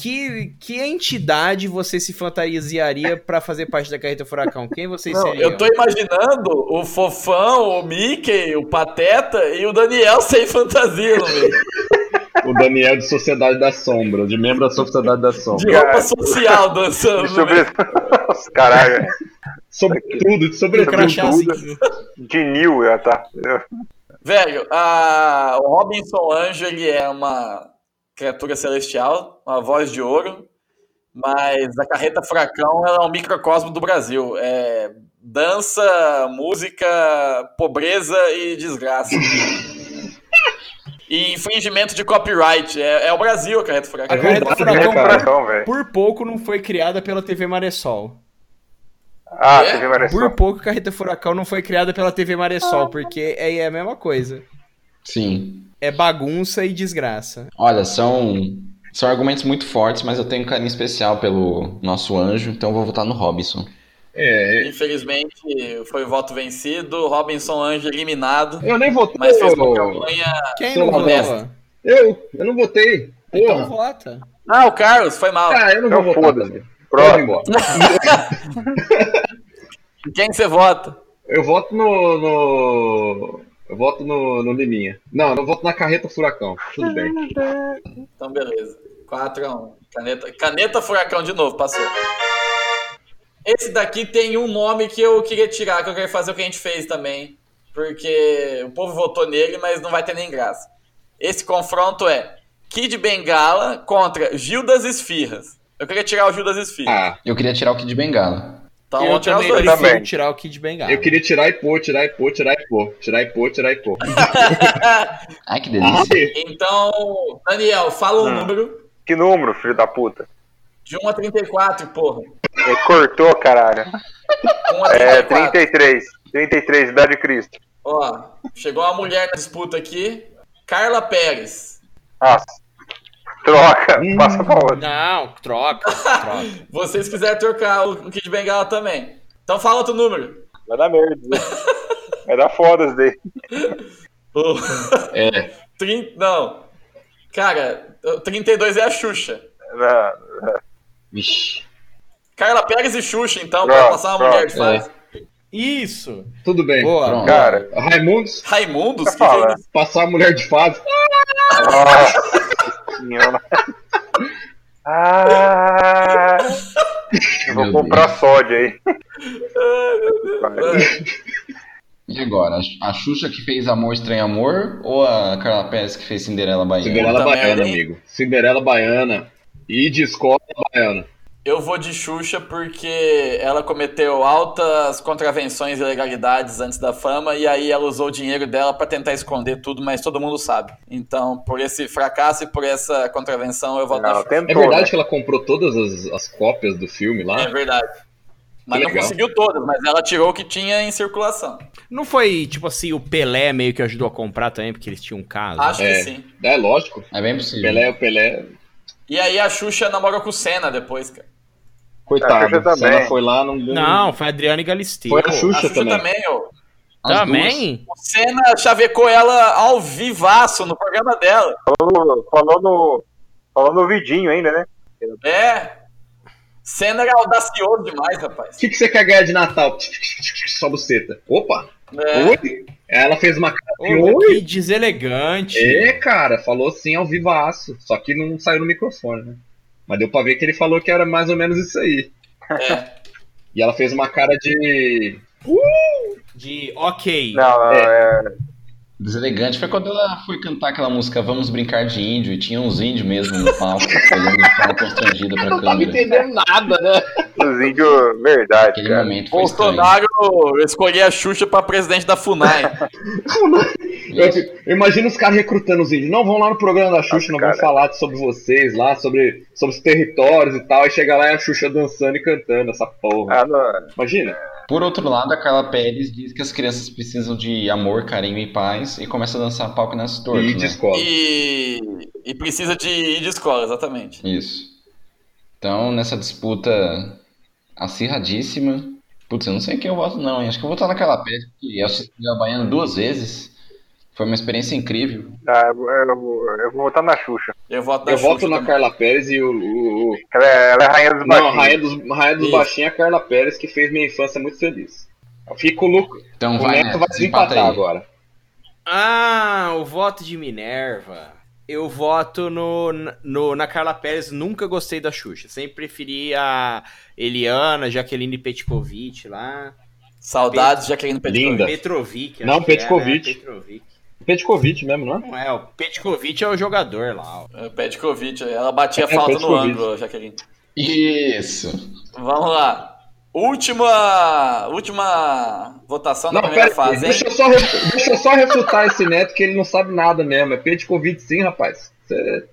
Que, que entidade você se fantasiaria pra fazer parte da Carreta Furacão? Quem vocês Não, seriam? eu tô imaginando o Fofão, o Mickey, o Pateta e o Daniel sem fantasia, no meio. O Daniel de Sociedade da Sombra, de membro da Sociedade da Sombra. De roupa Cara. social dançando. né? no meio. Sobre... Os caralho, velho. Sobretudo, de Eu sobretudo. crachá, assim. de New, eu ia tá. Velho, a... o Robinson Anjo ele é uma criatura celestial, uma voz de ouro, mas a Carreta Furacão ela é um microcosmo do Brasil. É dança, música, pobreza e desgraça. e infringimento de copyright. É, é o Brasil a Carreta A Furacão. Carreta Verdade, É né, Furacão, cara? por, furacão, velho. por pouco, não foi criada pela TV Maressol. Ah, É? você viu Por Maressol? pouco, a Carreta Furacão não foi criada pela TV Maressol, porque é, é a mesma coisa. Sim. É bagunça e desgraça. Olha, são, são argumentos muito fortes, mas eu tenho um carinho especial pelo nosso anjo, então eu vou votar no Robinson. É, Infelizmente, foi o voto vencido, Robinson Anjo eliminado, eu nem votei. mas fez uma eu, campanha. Quem Seu não Roberto. vota? eu, eu não votei. Então Porra. vota. Ah, o Carlos, foi mal. Ah, eu não Então vou votar. foda-se. Daniel. Eu vou Próximo. embora. Quem você vota? Eu voto no. no- Eu voto no, no Liminha. Não, eu voto na carreta furacão. Tudo bem. Então, beleza. 4x1. Caneta, caneta Furacão de novo, passou. Esse daqui tem um nome que eu queria tirar, que eu queria fazer o que a gente fez também. Porque o povo votou nele, mas não vai ter nem graça. Esse confronto é Kid Bengala contra Gil das Esfirras. Eu queria tirar o Gil das Esfirras. Ah, Eu queria tirar o Kid Bengala. então, eu vou tirar os também dois. tá bem. prefiro tirar o Kid Bengala. eu queria tirar e pôr, tirar e pôr, tirar e pôr. Tirar e pôr, tirar e pôr. Ai, que Ah, delícia. Então, Daniel, fala um Hum. número Que número, filho da puta? de 1 a 34, porra. Ele cortou, caralho. 1 a 34. É, 33. 33, idade de Cristo. Ó, chegou uma mulher na disputa aqui. Carla Pérez. Nossa. Troca, passa pra outra. Não, troca, troca. Vocês quiserem trocar o o Kid Bengala também. Então fala outro número. Vai dar merda. isso. Vai dar foda isso daí. O- É. 30, não. Cara, o 32 é a Xuxa. Não, Vixe. Carla Pérez e Xuxa, então, pra Pronto, passar uma pronto, mulher de fase. Isso. Tudo bem. Boa. Pronto. Cara, Raimundos, Raimundos? Que Fala. que é isso? passar a mulher de fase. nossa senhora. Ah, eu vou Meu comprar sódio aí. E agora? A Xuxa que fez Amor Estranho Amor ou a Carla Pérez que fez Cinderela Bahia? Cinderela Puta Baiana, merda, hein? amigo. Cinderela Baiana. E de escola baiana. Eu vou de Xuxa porque ela cometeu altas contravenções e ilegalidades antes da fama e aí ela usou o dinheiro dela pra tentar esconder tudo, mas todo mundo sabe. Então, por esse fracasso e por essa contravenção, eu voto na Não, Xuxa. tentou. É verdade né? que ela comprou todas as, as cópias do filme É lá? verdade. Mas Ah. Que não legal. conseguiu todas, mas ela tirou o que tinha em circulação. Não foi, tipo assim, o Pelé meio que ajudou a comprar também, porque eles tinham um caso. Acho É. que sim. É, lógico. É bem possível. Pelé é o Pelé. E aí a Xuxa namora com o Senna depois, cara. A Xuxa Coitado. É, Se também. ela foi lá, não ganhou. Não, foi a Adriana e Galisteu. Foi a A Xuxa, Xuxa também. também, ó. As Também? O Senna chavecou ela ao vivaço no programa dela. Falou, falou no. Falou no vidinho ainda, né? É. Senna era audacioso demais, O rapaz. que, que você quer ganhar de Natal? Só buceta. Opa! É. Oi? Ela fez uma cara de Ô, oi. que deselegante. É, cara, falou assim ao vivaço. Só que não saiu no microfone, né? Mas deu pra ver que ele falou que era mais ou menos isso aí. É. E ela fez uma cara de. De ok. Não, não, é. Deselegante. Foi quando ela foi cantar aquela música Vamos Brincar de Índio e tinha uns índios mesmo no palco, olhando de forma constrangida pra câmera. nada, né? Os índios, verdade, Aquele cara. momento foi estranho. Bolsonaro escolhia a Xuxa pra presidente da FUNAI. Eu, eu imagino os caras recrutando os índios. Não vão lá no programa da Xuxa, Ah, não vão cara. falar sobre vocês lá, sobre, sobre os territórios e tal. E chega lá e a Xuxa dançando e cantando essa porra. Ah, não, Imagina. Por outro lado, a Carla Pérez diz que as crianças precisam de amor, carinho e paz e começa a dançar pau que nasce torto, E de né? escola. E, e precisa de ir de escola, exatamente. Isso. Então, nessa disputa acirradíssima... Putz, eu não sei quem eu voto não, hein? Acho que eu vou votar na Carla Pérez, porque eu assisti a Baiana duas vezes. Foi uma experiência incrível. ah, eu, vou- eu vou votar na Xuxa. Eu voto na Eu Xuxa. voto na também. Carla Pérez e o- o- o Ela é, ela é a rainha dos Não, a baixinhos. rainha dos, a rainha dos Isso. baixinhos é a Carla Pérez, que fez minha infância muito feliz. Fica o Luco. Então O vai, Neto Neto, vai né, desempata desempatar aí. agora. Ah, o voto de Minerva. Eu voto no, no- na Carla Pérez, nunca gostei da Xuxa. Sempre preferi a Eliana, Jaqueline Petkovic lá. Saudades, Jaqueline Petkovic. Linda. Petrovic. Não, acho que é, Petkovic. né? Petrovic. Petkovic mesmo, não é? Não é, o Petkovic é o jogador lá. Hum. ó. É, Petkovic, ela batia É, falta no Petkovic. ângulo, Jaqueline. Isso. Vamos lá. Última, última votação da Não, primeira pera, é fase, hein? deixa, eu só, re- deixa eu só refutar esse Neto que ele não sabe nada mesmo. É Petkovic sim, rapaz. Cê-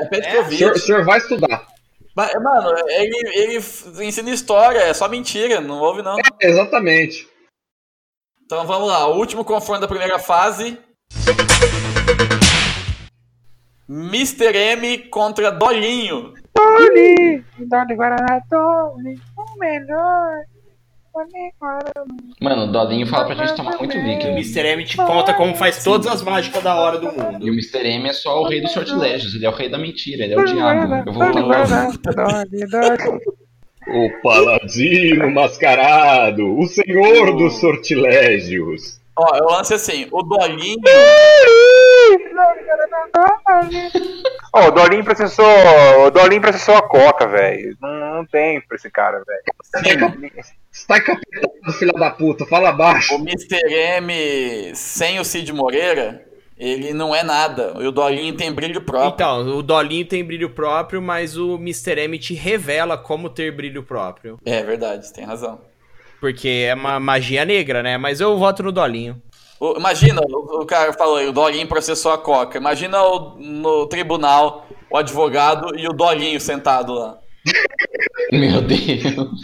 É O Petkovic. senhor, o senhor vai estudar. Mas, Mano, ele, ele f- ensina história, é só mentira, não houve não. Exatamente. Então vamos lá, o último confronto da primeira fase. Mr. M contra Dolinho. Mano, o Dolinho fala pra gente tomar muito O líquido. Mr. M te conta como faz todas as mágicas da hora do E mundo. o Mr. M é só o rei dos sortilégios, ele é o rei da mentira, ele é o diabo. Eu vou Tá votar no O paladino mascarado, o senhor Oh. dos sortilégios. Ó, eu lance assim, o Dolinho, Ó, o Dolinho processou. O Dolinho processou a Coca, velho. Não, não tem pra esse cara, velho. Você tá encapetado, filha da puta, fala baixo. o Mr. M sem o Cid Moreira, ele não é nada. E o Dolinho tem brilho próprio. Então, o Dolinho tem brilho próprio, mas o Mr. M te revela como ter brilho próprio. É verdade, tem razão. Porque é uma magia negra, né? Mas eu voto no Dolinho. O- Imagina, o o cara falou, aí, o Dolinho processou a Coca. Imagina o- no tribunal o advogado e o Dolinho sentado lá. Meu Deus.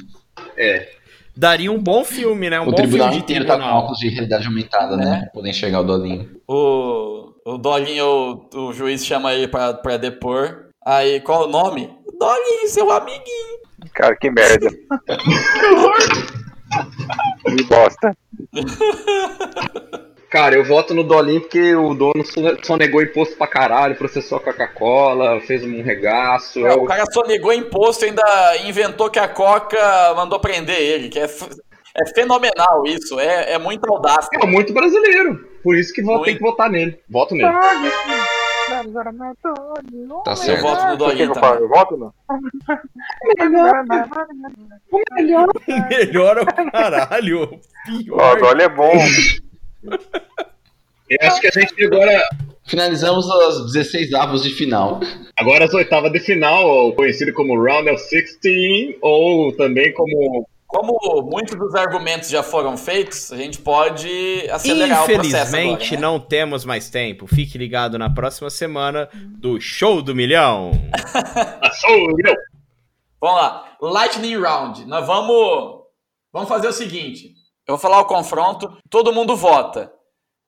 É. Daria um bom filme, né? Um o bom tribunal filme de É. inteiro tá com tribunal. óculos de realidade aumentada, né? Pra poder enxergar o Dolinho. O O Doguinho, o, o juiz chama ele pra, pra depor. Aí, qual o nome? Doguinho, seu amiguinho. Cara, que merda. que bosta. Cara, eu voto no Dolinho porque o dono só- só negou imposto pra caralho, processou a Coca-Cola, fez um regaço. É, o cara só negou imposto e ainda inventou que a Coca mandou prender ele, que é, f- é fenomenal isso, é, é muito audácia. É muito brasileiro. Por isso que vota, Muito. tem que votar nele. Voto nele. Tá Eu certo. voto no Por que que Doguinho eu falo? tá também. Eu voto não? Melhor é o caralho. o Ó, Pior. o Dolly é bom. Eu acho que a gente tem agora, Finalizamos as 16 avos de final. agora as oitavas de final, ou conhecido como Round of 16, ou também como. Como muitos dos argumentos já foram feitos, a gente pode acelerar o processo agora, Infelizmente, né? não temos mais tempo. Fique ligado na próxima semana do Show do Milhão. Passou, ah, meu! é Vamos lá. Lightning Round. Nós vamos. Vamos fazer o seguinte. Eu vou falar o confronto. Todo mundo vota.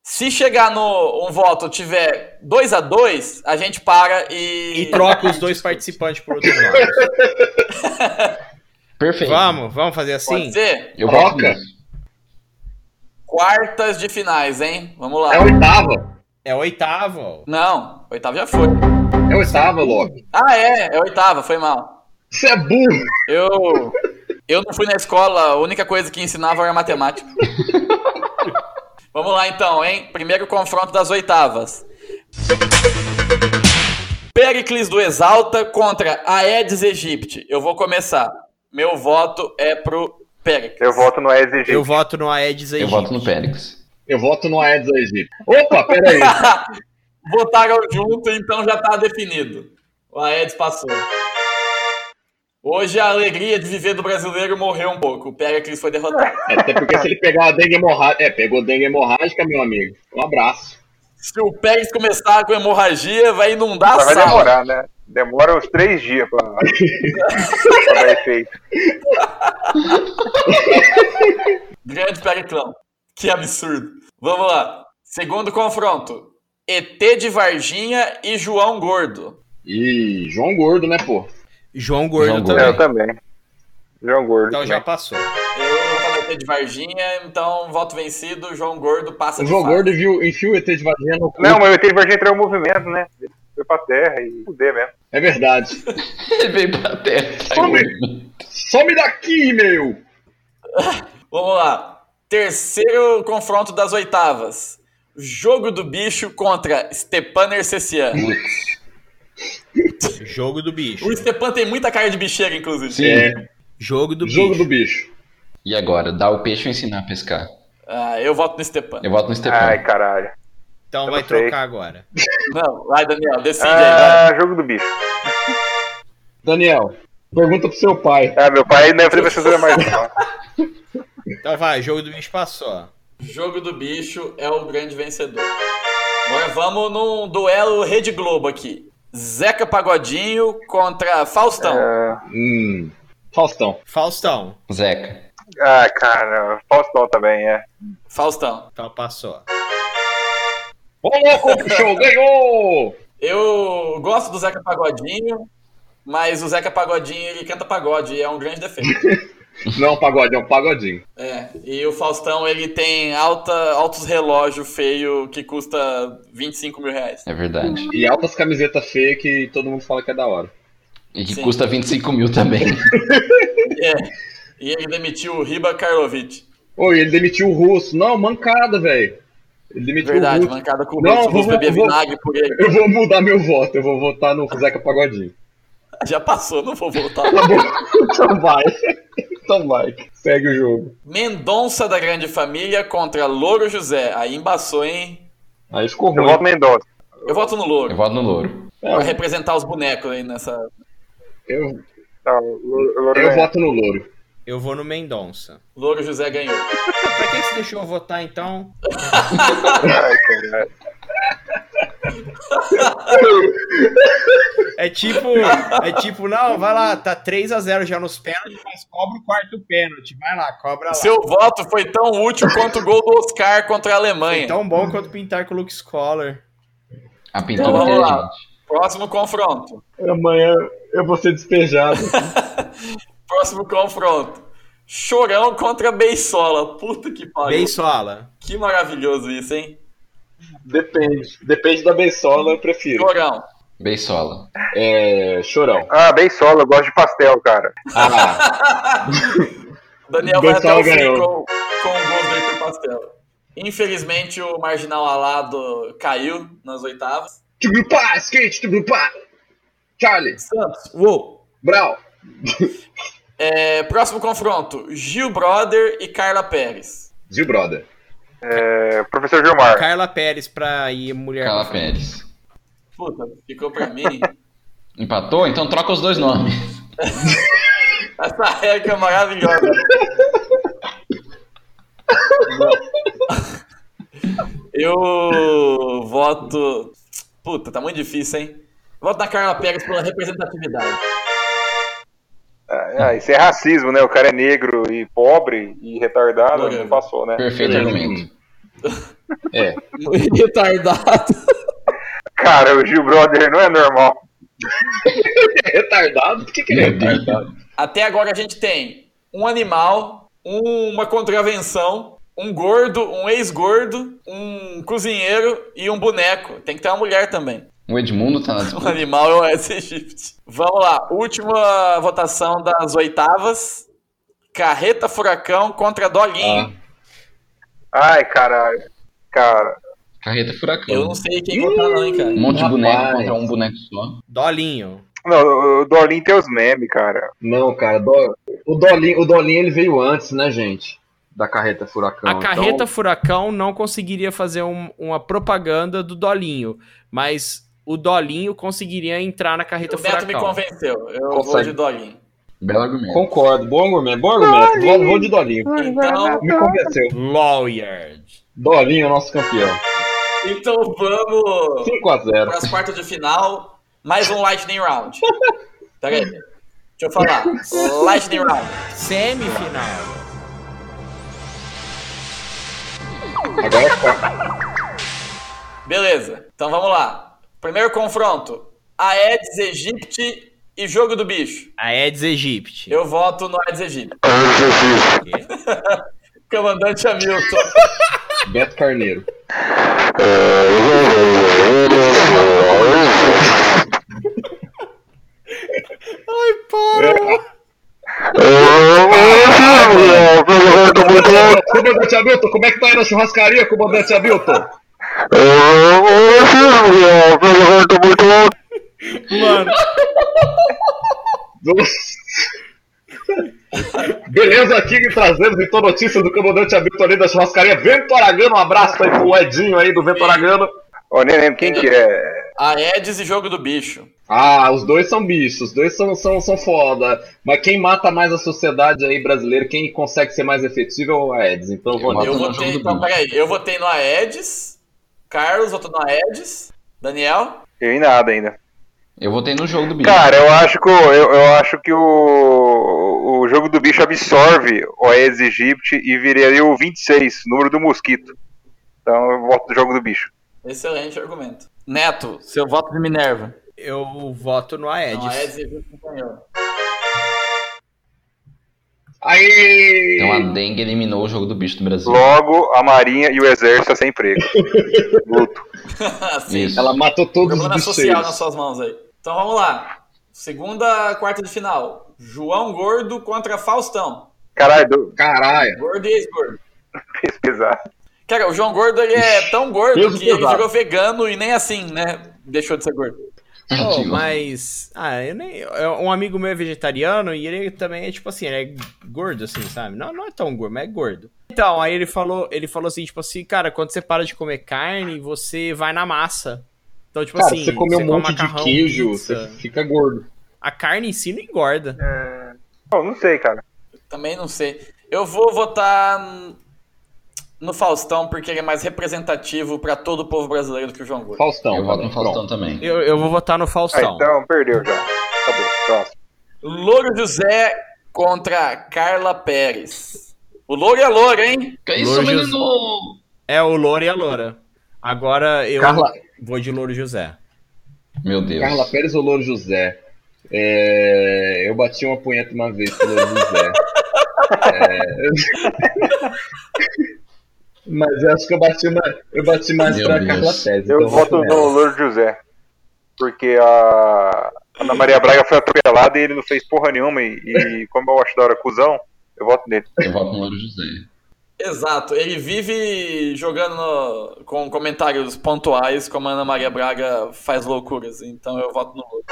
Se chegar no um voto tiver 2 a 2 a gente para e. E troca os dois participantes por outro lado. Perfeito. Vamos, vamos fazer Pode assim? ser? Eu voto Troca. nisso. Quartas de finais, hein? Vamos lá. É a oitava! É oitavo. Não, oitava já foi. É a oitava, Loki. Ah, é, é oitava, foi mal. Você é burro! Eu. Eu não fui na escola, a única coisa que ensinava era matemática. Vamos lá então, hein? Primeiro confronto das oitavas. Pericles do Exalta contra Aedes aegypti. Eu vou começar. Meu voto é pro Pericles. Eu voto no exigir. Eu voto no Aedes aí. Eu voto no Périx. Eu voto no Aedes Egito. Opa, peraí. Votaram junto, então já tá definido. O Aedes passou. Hoje a alegria de viver do brasileiro morreu um pouco. O Pericles foi derrotado. É, Até porque se ele pegar a dengue hemorrágica. É, pegou dengue hemorrágica, meu amigo. Um abraço. Se o Pérez começar com hemorragia, vai inundar a Mas vai sala. demorar, né? Demora uns três dias pra, pra dar efeito. Grande Periclão. Que absurdo. Vamos lá. Segundo confronto. ET de Varginha e João Gordo. E João Gordo, né, pô? João Gordo João Gordo. também. Eu também. João Gordo. né? Então já também. passou. Eu vou no ET de Varginha, então voto vencido. João Gordo passa O de João fase. Gordo viu, enfia o ET de vagina no cu. Não, mas o ET vai entrar em movimento, né? Ele foi pra terra e fuder mesmo. É verdade. Ele veio pra terra. Some! Some daqui, meu! Vamos lá. Terceiro confronto das oitavas. Jogo do bicho contra Stepan Ercecian. Jogo do bicho. O Stepan tem muita cara de bicheiro, inclusive. Sim. É, Jogo do jogo bicho. do bicho. E agora? Dá o peixe ou ensinar a pescar? Ah, eu voto no Stepan. Eu voto no Stepan. Ai, caralho. Então Eu vai não sei. trocar agora. Não, vai, Daniel, decide aí. Vai. Ah, jogo do bicho. Daniel, pergunta pro seu pai. Ah, meu pai não é professor mais não. Então vai, jogo do bicho passou. Jogo do bicho é o grande vencedor. Agora vamos num duelo Rede Globo aqui. Zeca Pagodinho contra Faustão. É. Ah, Hum. Faustão. Faustão. Zeca. ah, cara, Faustão também, é. Faustão. Então passou. Ô, louco, show, ganhou! Eu gosto do Zeca Pagodinho, mas o Zeca Pagodinho ele canta pagode e é um grande defeito. Não é um pagode, é um pagodinho. É, e o Faustão, ele tem alta, altos relógio feio que custa 25 mil reais. É verdade. E altas camisetas feias que todo mundo fala que é da hora. E que Sim. custa 25 mil também. É. E ele demitiu o Riba Karlovic. Oi, ele demitiu o russo. Não, mancada, velho. Ele demitiu Verdade, o russo. mancada com o Não, Russo. O Russo vou- bebia vou- vinagre por ele. Eu vou mudar meu voto, eu vou votar no Zeca Pagodinho. Já passou, não vou voltar. Tá bom? então vai. Então vai. Segue o jogo. Mendonça da Grande Família contra Louro José. Aí embaçou, hein? Aí ficou Eu ruim. voto Mendonça. Eu voto no Eu Louro. voto no Louro. É, Pra representar os bonecos aí nessa. eu, Tá, o Louro- o Louro eu ganha. voto no Louro. Eu vou no Mendonça. Louro José ganhou. Pra que você deixou eu votar então? Ai, cara. É tipo, é tipo, não, vai lá, tá 3 a 0 já nos pênaltis, mas cobra o quarto pênalti. Vai lá, cobra lá. Seu voto É foi tão útil quanto o gol do Oscar contra a Alemanha. Foi tão bom quanto pintar com o Luke Scholar. A pintura Então é vamos lá. inteligente. Próximo confronto. Amanhã eu vou ser despejado. Próximo confronto. Chorão contra Beisola. Puta que pariu. Beisola. Que maravilhoso isso, hein? Depende. Depende da bençola, eu prefiro. Chorão. Beisola. É. Chorão. Ah, bem solo, eu gosto de pastel, cara. Ah, Daniel vai até Beisola o fim ganhou. com, com o gol do Heitor Pastel. Infelizmente, o marginal alado caiu nas oitavas. Tubrupá, skate, tubrupá. Charlie, Santos. Uou. Brau. É, próximo confronto. Gil Brother e Carla Pérez. Gil Brother. É, professor Gilmar. Carla Pérez pra ir É. mulher. Carla Pérez. Puta, ficou pra mim. Empatou? Então troca os dois nomes. Essa regra é maravilhosa. Eu voto. Puta, tá muito difícil, hein? Voto na Carla Pérez pela representatividade. Ah, isso é racismo, né? O cara é negro e pobre e retardado, Whatever. não passou, né? Perfeito argumento. É. Retardado. Cara, o Gil Brother não é normal. É retardado? Por que, que ele é Meu Deus. retardado? Até agora a gente tem um animal, um- uma contravenção, um gordo, um ex-gordo, um cozinheiro e um boneco. Tem que ter uma mulher também. O Edmundo tá na Um disputa. animal é o Egypt. Vamos lá, última votação das oitavas. Carreta Furacão contra Doguinho. Ai, caralho. Cara, Carreta Furacão. Eu não sei quem votar não, hein, cara. Um monte de Rapaz. boneco contra um boneco só. Dolinho. não, o Dolin tem os memes, cara. Não, cara. Dó- O Dolin, o Dolin ele veio antes, né, gente? Da carreta furacão. A carreta Então, Furacão não conseguiria fazer um- uma propaganda do Dolinho, mas o Dolinho conseguiria entrar na carreta O Neto me Furacão. convenceu. Eu vou Consegue. de Doguinho. Belo argumento. concordo. Bom argumento. Bom argumento. Vou, vou de Dolin. Então, Me convenceu. Lawyer. Dolin é o nosso campeão. então vamos 5x0. para as quartas de final. Mais um Lightning Round. Pera aí. Deixa eu falar. Lightning Round. Semifinal. Agora é quarta. Beleza. Então vamos lá. Primeiro confronto. Aedes aegypti e Jogo do Bicho. A Eds Egipte. Eu voto no Aedes aegypti. Comandante Hamilton. Beto Carneiro. Comandante Hamilton, como é que tá aí na churrascaria, comandante Hamilton? Mano, Beleza, aqui trazemos então notícias do comandante Hamilton ali da churrascaria Ventoragano. Um abraço aí pro Edinho aí do Ventoragano. Ô, nem lembro quem que é. Aedes e Jogo do Bicho. Ah, os dois são bichos, os dois são, são, são foda. Mas quem mata mais a sociedade aí brasileira, quem consegue ser mais efetivo é o Aedes. Então eu vou Eu nessa. Eu no votei, Jogo do então, Bicho. peraí. Eu votei no Aedes. Carlos votou no Aedes. Daniel. Eu em nada ainda. Eu votei no jogo do bicho. Cara, eu acho que, o- eu, eu acho que o, o jogo do bicho absorve o Aedes aegypti e viraria o 26, número do mosquito. Então eu voto no jogo do bicho. Excelente argumento. Neto, seu voto de Minerva. eu voto no Aedes. Não, Então, Aedes e Jogo ganhou. Aí! Então a dengue eliminou o jogo do bicho do Brasil. Logo, a marinha e o exército sem emprego. Luto. Ah, Sim. Isso. Ela matou todos os Problema social nas bicheiros. suas mãos aí. Então vamos lá. Segunda quarta de final. João Gordo contra Faustão. Caralho, do- Caralho. Gordo e ex-gordo. pesquisar. Cara, o João Gordo ele é tão gordo peso que ele pesado. virou vegano e nem assim, né? Deixou de ser gordo. Oh, Digo, mas. Ah, eu nem. eu- Um amigo meu é vegetariano e ele também é tipo assim, ele é gordo, assim, sabe? Não, não é tão gordo, mas é gordo. Então, aí ele falou, ele falou assim, tipo assim, cara, quando você para de comer carne, você vai na massa. Então, tipo Cara, assim, você comeu um come monte macarrão, de queijo, pizza. você fica gordo. A carne em si não engorda. Não, não sei, cara. Também não sei. Eu vou votar n- no Faustão porque ele é mais representativo pra todo o povo brasileiro do que o João Gordo. Faustão. Então, eu voto no Pronto. Faustão também. Eu, eu vou votar no Ah, Faustão. então perdeu já. Acabou. Próximo. Louro José contra Carla Pérez. O Louro é Louro, hein? Que Isso, Lourdes- menino! É o Loura e a Loura. Agora eu. Carla, Vou de Louro José. Meu Deus. Carla Pérez ou Louro José? É, eu bati uma punheta uma vez pro Louro José. É... Mas eu acho que eu bati, uma, eu bati mais Meu pra Deus. Carla Pérez. Eu então voto vou com no ela. Louro José. Porque a Ana Maria Braga foi atropelada e ele não fez porra nenhuma. E, e como eu acho da hora cuzão, eu voto nele. Eu voto no Louro José. Exato, ele vive jogando no- com comentários pontuais, como a Ana Maria Braga faz loucuras, então eu voto no Louro.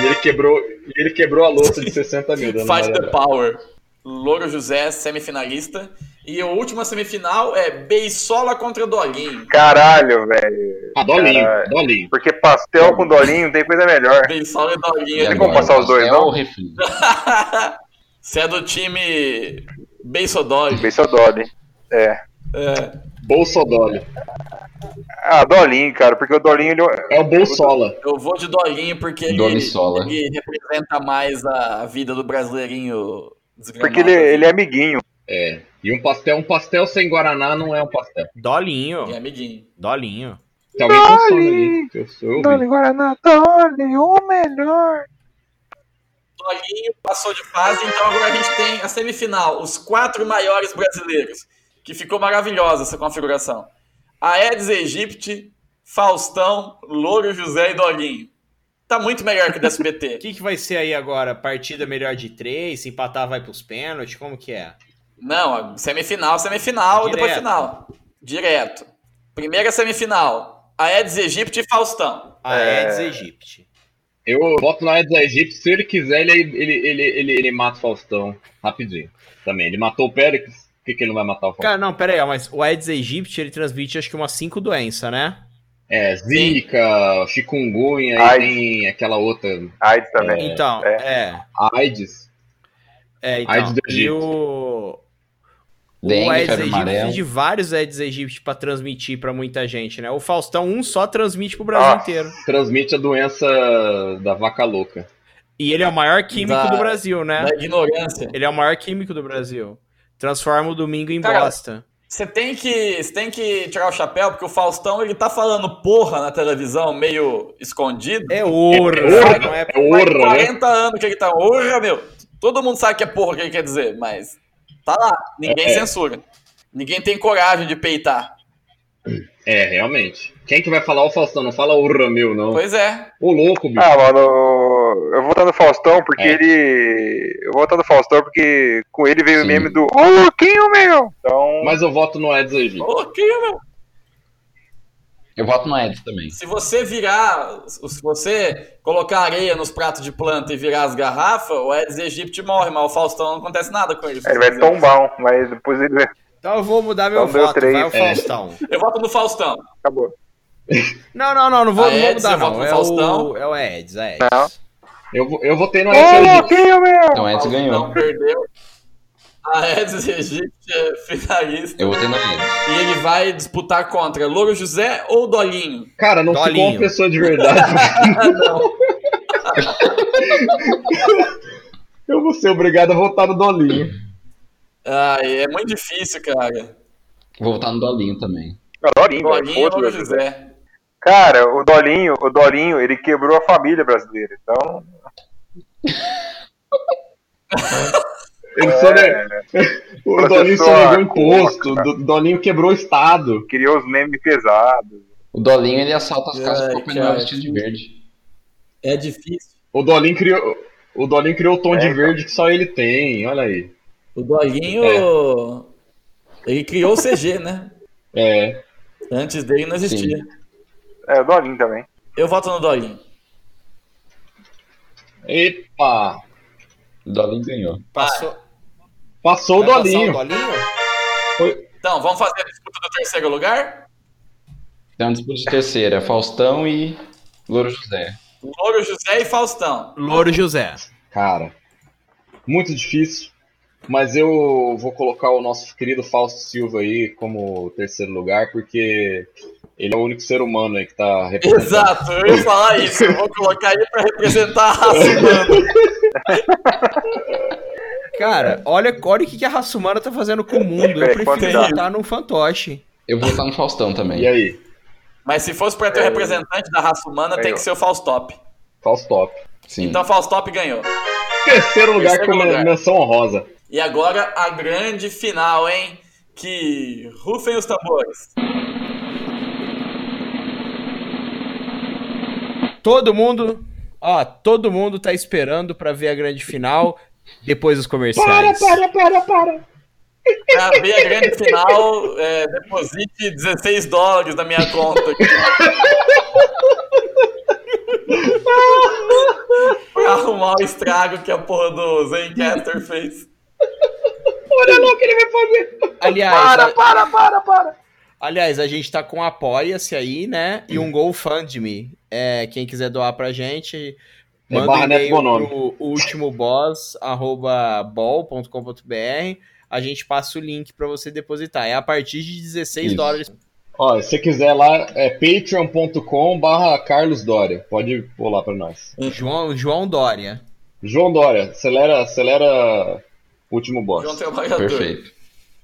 E ele quebrou, e ele quebrou a louça de 60 mil. dando Fight the valor. Power. Louro José, semifinalista. E a última semifinal é Beisola contra Dolinho. Caralho, velho. Ah, Dolinho, Caralho. Dolinho. Porque pastel com dolinho tem coisa melhor. Beisola e Dolinho. E agora, como É passar os dois, pastel não? ou refri? Você é do time Beisodoli. Bem seu Dolly. É. É. Bolsodoli. Ah, Dolinho, cara, porque o Dolinho ele um- É o Bolsola. Eu vou de Dolinho porque ele, Dolisola. ele representa mais a vida do brasileirinho desgramado. Porque ele, ele é amiguinho. É. E um pastel, um pastel sem Guaraná não é um pastel. Dolinho. É amiguinho. Dolinho. Tem alguém com sono aí. Eu sou eu. ouvindo. Guaraná, Dolly, o melhor. Dolinho passou de fase, então agora a gente tem a semifinal, os quatro maiores brasileiros, que ficou maravilhosa essa configuração. Aedes aegypti, Faustão, Louro José e Dolinho. Tá muito melhor que o do O SBT. que, que vai ser aí agora? Partida melhor de três? Se empatar, vai pros pênaltis? Como que é? Não, semifinal, semifinal, depois Direto. final. Direto. Primeira semifinal, Aedes aegypti e Faustão. Aedes aegypti. Eu voto na Aedes aegypti. Se ele quiser, ele, ele, ele, ele, ele mata o Faustão rapidinho. Também. Ele matou o Péricles. Por que, que ele não vai matar o Faustão? Cara, não, pera aí, ó, mas o Aedes aegypti, ele transmite acho que umas cinco doenças, né? É, Zika, chikungunya e AIDS. tem aquela outra. AIDS Ah, também. Então, é. AIDS. É, então. Aedes do e Egito. o... o Dengue, Aedes febre aegypti amarela. precisa de vários Aedes aegypti pra transmitir pra muita gente, né? O Faustão, um só transmite pro Brasil Nossa. inteiro. Transmite a doença da vaca louca. E ele é o maior químico Da- do Brasil, né? Da ignorância. Ele é o maior químico do Brasil. Transforma o domingo em Cara, bosta. Você tem que, você tem que tirar o chapéu, porque o Faustão ele tá falando porra na televisão, meio escondido. É ouro, ouro, não é É Faz horra, né? 40 anos que ele tá. Porra, meu! Todo mundo sabe que é porra que ele quer dizer, mas tá lá. Ninguém É. censura. Ninguém tem coragem de peitar. É, realmente. Quem que vai falar o Faustão? Não fala horra meu, não. Pois é. Ô louco, bicho. Ah, mano, eu vou votar no Faustão porque É. ele. Eu vou votar no Faustão porque com ele veio Sim. o meme do Ô louquinho, meu! Então. Mas eu voto no Aedes aegypti. Ô, que, meu? Eu voto no Ed também. Se você virar, se você colocar areia nos pratos de planta e virar as garrafas, o Aedes aegypti morre, mas o Faustão não acontece nada com ele. Ele vai tombar, um, mas depois ele. Então eu vou mudar meu Então deu voto, três. vai o É. Faustão. Eu voto no Faustão. Acabou. Não, não, não, não vou, A não vou Aedes, mudar eu voto não. no É o, Faustão. é o Aedes, Aedes. Não. Eu, vo- eu votei no Aedes Ô aegypti. louquinho, meu! Então o Ed Faustão ganhou. perdeu. Aedes aegypti é finalista. Eu votei no Ed. E ele vai disputar contra Louro José ou Dolinho? Cara, não ficou Dolinho. uma pessoa de verdade. eu vou ser obrigado a votar no Dolinho. Ah, é muito difícil, cara. Vou votar no Dolinho também. Dolinho, Dolinho ou velho, Louro foda-se. José? Cara, o Dolinho, o Dolinho, ele quebrou a família brasileira. Então, Ele só ne- É. o Processou Dolinho só a negou imposto. conta. O Dolinho quebrou o Estado. queria os memes pesados. O Dolinho ele assalta as casas Ai, com o cara. vestido de verde. É difícil. O Dolinho criou. O Dolinho criou o É, tom de verde que só ele tem, olha aí. O Dolinho. É. Ele criou o CG, né? É. Antes dele não existia. É, o Dolinho também. Eu voto no Dolinho. Epa! O Dolinho ganhou. Passou, Passou o vai passar Dolinho. o Dolinho? Então, vamos fazer a disputa do terceiro lugar? Então disputa de terceira. Faustão e Louro José. Louro José e Faustão. Louro José. Cara, muito difícil. Mas eu vou colocar o nosso querido Fausto Silva aí como terceiro lugar, porque ele é o único ser humano aí que tá representando. Exato, eu ia falar isso. Eu vou colocar ele pra representar a raça É. humana. Cara, olha, olha o que que a raça humana tá fazendo com o mundo. Eu Quanto prefiro dá? votar num fantoche. Eu vou votar no Faustão também. E aí? Mas se fosse pra ter o É. representante da raça humana, tem Ganhou. que ser o Faustop. Faustop. Sim. Então Faustop ganhou. Terceiro lugar Terceiro com uma lugar. menção honrosa. E agora a grande final, hein? Que rufem os tambores. Todo mundo, ó, todo mundo tá esperando pra ver a grande final depois dos comerciais. Pra ver a grande final, é, deposite 16 dólares na minha conta. pra arrumar o estrago que a porra do Zencaster fez. Olha lá o que ele vai fazer. Aliás, Para, a- para, para, para. aliás, a gente tá com Apoia-se aí, né? E um GoFundMe. É, quem quiser doar pra gente, É manda barra um Neto e-mail Bonomi. pro ultimoboss@bol.com.br. A gente passa o link pra você depositar. É a partir de 16 Isso. dólares. Ó, se você quiser lá, é patreon.com barra Carlos Dória. Pode pôr lá pra nós. João, João Dória. João Dória, acelera, acelera o último João boss. um Trabalhador. Perfeito.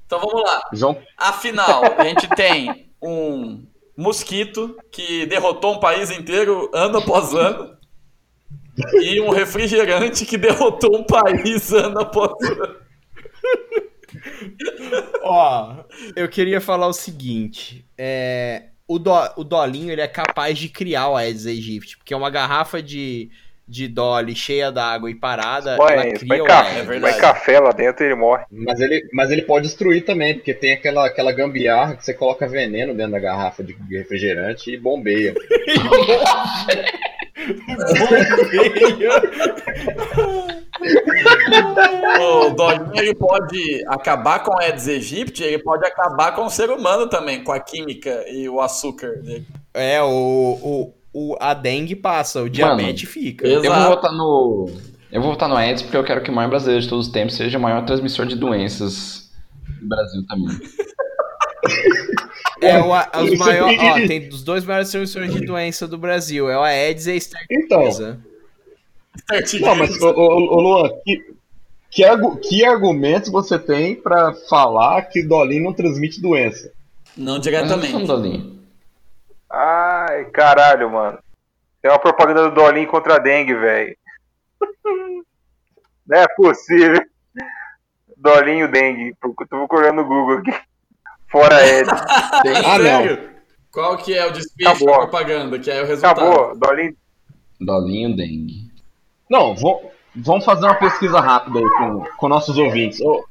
Então vamos lá. João, Afinal, a gente tem um mosquito que derrotou um país inteiro ano após ano. E um refrigerante que derrotou um país ano após ano. Ó, eu queria falar o seguinte. é, o, dó- o dolinho ele é capaz de criar o Aedes aegypti, porque é uma garrafa de, de doli cheia d'água e parada, É, ela né, Põe, cria põe, o café, é Aedes. verdade. põe café lá dentro e ele morre. mas ele, mas ele pode destruir também, porque tem aquela, aquela gambiarra que você coloca veneno dentro da garrafa de refrigerante e bombeia. O Dolinho ele pode acabar com a Aedes aegypti, ele pode acabar com o ser humano também, com a química e o açúcar dele. É, o, o, o- a dengue passa, o diabetes fica. eu- Eu vou Exato. votar no. Eu vou votar no Aedes porque eu quero que o maior brasileiro de todos os tempos seja o maior transmissor de doenças do Brasil também. É, o, a- os Isso maior, é- ó, tem os dois maiores transmissores de doença do Brasil, é o Aedes e a estertose. Então, não, mas, ô, ô, ô, Luan, que, que, argu- que argumentos você tem pra falar que Dolinho não transmite doença? Não Mas nós não somos diretamente. Dolinho. Ai, caralho, mano. Tem uma propaganda do Dolinho contra a dengue, velho. Não é possível. Dolinho dengue. Tô procurando no Google aqui. Fora Ed. Ah, não. Qual que é o desfecho da Acabou. propaganda, que é o resultado? Acabou. Dolinho. Dolinho dengue. Não, vo- vamos fazer uma pesquisa rápida aí com, com nossos ouvintes. Ô,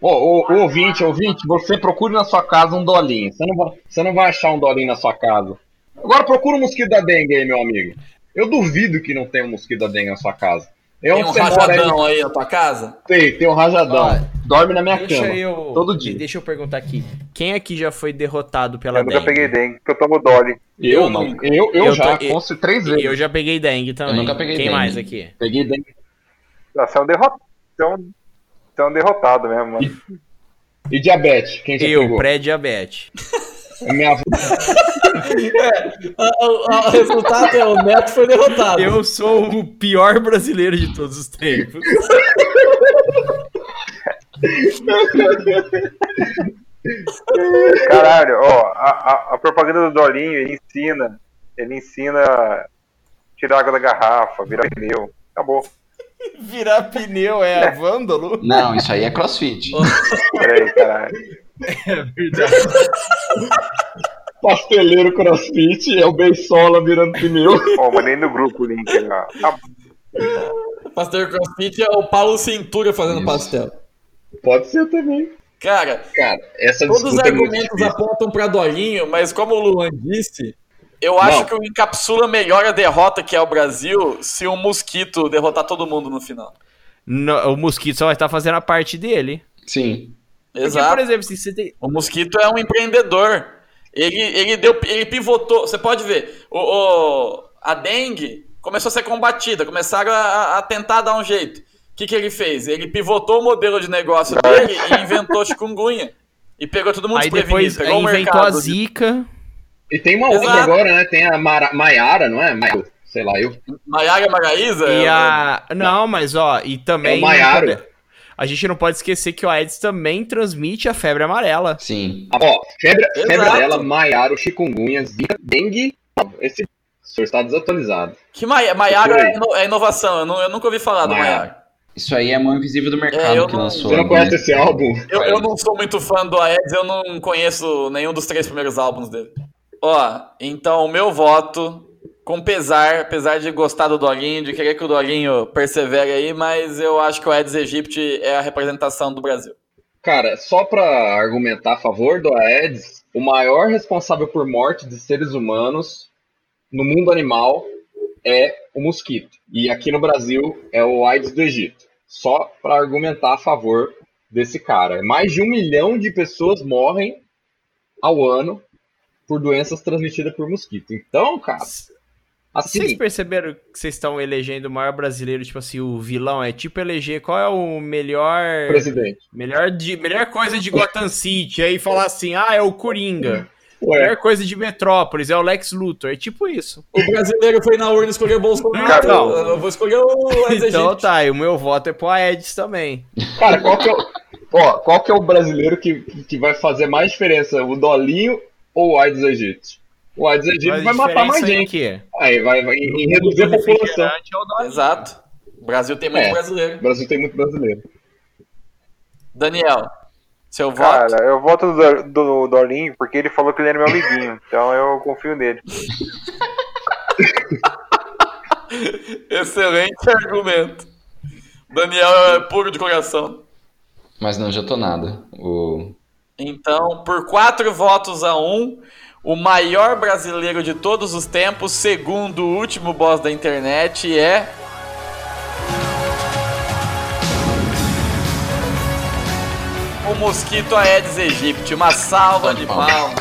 ô, ô, ô, ouvinte, ouvinte, você procure na sua casa um dolinho. Você não, vai, você não vai achar um dolinho na sua casa. Agora procura um mosquito da dengue aí, meu amigo. Eu duvido que não tenha um mosquito da dengue na sua casa. É Tem onde um você mora aí, rajadão aí na tua casa? tem, tem um rajadão. Ó, Dorme na minha Deixa cama. eu, todo dia. deixa eu perguntar aqui, quem aqui já foi derrotado pela Eu nunca dengue? peguei dengue, porque eu tomo Dolly. Eu Eu não. nunca. Eu, eu, Eu já, tô- eu- com cer- três vezes. Eu já peguei dengue também. Eu nunca peguei Quem dengue. mais aqui? Peguei dengue. Já são derrotados. São, são derrotados é um mesmo, mano. E diabetes, quem já Eu, pegou? pré-diabetes. Minha avó. é O resultado é o Neto foi derrotado. Eu sou o pior brasileiro de todos os tempos. Caralho, ó. A, a- a propaganda do Dolinho, ele ensina. Ele ensina tirar água da garrafa, virar pneu. Acabou. Virar pneu é vândalo? Não, isso aí é crossfit. Peraí, caralho. Pasteleiro crossfit, é o Beisola virando pneu. Ó, mandei no grupo o link aí, ó. Tá Pastor Crossfit é o Paulo Cintura fazendo Isso. pastel. Pode ser também. Cara, Cara, essa todos os disputa é muito argumentos difícil. apontam pra Dolinho, mas como o Luan disse, eu acho Não. que o encapsula melhor a derrota que é o Brasil se um mosquito derrotar todo mundo no final. No- o mosquito só vai estar fazendo a parte dele. Sim. Porque, Exato. por exemplo, se você tem. O Mosquito é um empreendedor. Ele, ele, deu, ele pivotou. Você pode ver. O, o- a dengue começou a ser combatida. Começaram a, a tentar dar um jeito. O que, que ele fez? Ele pivotou o modelo de negócio dele e inventou chikungunya. E pegou todo mundo Aí depois desprevenido. aí Pegou o inventou a mercado. né? zica. E tem uma outra Exato. agora, né? Tem a Mara- Maiara, não é? Maiara, sei lá, eu. Maiara Maraíza? E a. Não, mas ó, e É também. o Maiaro. a gente não pode esquecer que o Aedes também transmite a febre amarela. Sim. Ah, Ó, febre, Exato. febre amarela, maiaro, chikungunya, zika, dengue. Não, Esse o senhor está desatualizado. Que Mai Maiaro Oi. é, ino- é inovação, eu, não- eu nunca ouvi falar do Maiaro. Maiaro. Isso aí é a mão invisível do mercado É, eu que não- lançou. Você não né? conhece esse álbum? Eu, eu não sou muito fã do Aedes, eu não conheço nenhum dos três primeiros álbuns dele. Ó, então o meu voto, com pesar, apesar de gostar do Dolinho, de querer que o Dolinho persevere aí, mas eu acho que o Aedes aegypti é a representação do Brasil. Cara, só pra argumentar a favor do Aedes, o maior responsável por morte de seres humanos no mundo animal é o mosquito. E aqui no Brasil é o Aedes do Egito. Só pra argumentar a favor desse cara. Mais de um milhão de pessoas morrem ao ano por doenças transmitidas por mosquito. Então, cara, Vocês assim, perceberam que vocês estão elegendo o maior brasileiro, tipo assim, o vilão? É tipo eleger qual é o melhor. presidente. Melhor, de, melhor coisa de Gotham City. Aí falar assim, ah, é o Coringa. É. Ué, Melhor coisa de Metrópolis, é o Lex Luthor. É tipo isso. O brasileiro foi na urna escolher Bolsonaro. Cara, não. Eu vou escolher o Aedes Então aegypti. tá, e o meu voto é pro Aedes também. Cara, qual que é o, ó, qual que é o brasileiro que, que vai fazer mais diferença? O Dolinho ou o Aedes aegypti? O Aedes aegypti vai matar mais gente. Aqui. Aí vai, vai em- em reduzir a população. tá. Exato. O Brasil tem muito É. brasileiro. O Brasil tem muito brasileiro. Daniel, seu voto? Cara, eu voto do, do Dolinho porque ele falou que ele era meu amiguinho. então eu confio nele. Excelente argumento. Daniel é puro de coração. Mas não adiantou nada. O... Então, por quatro votos a um, o maior brasileiro de todos os tempos, segundo o último boss da internet, é. O mosquito Aedes aegypti. Uma salva de palmas.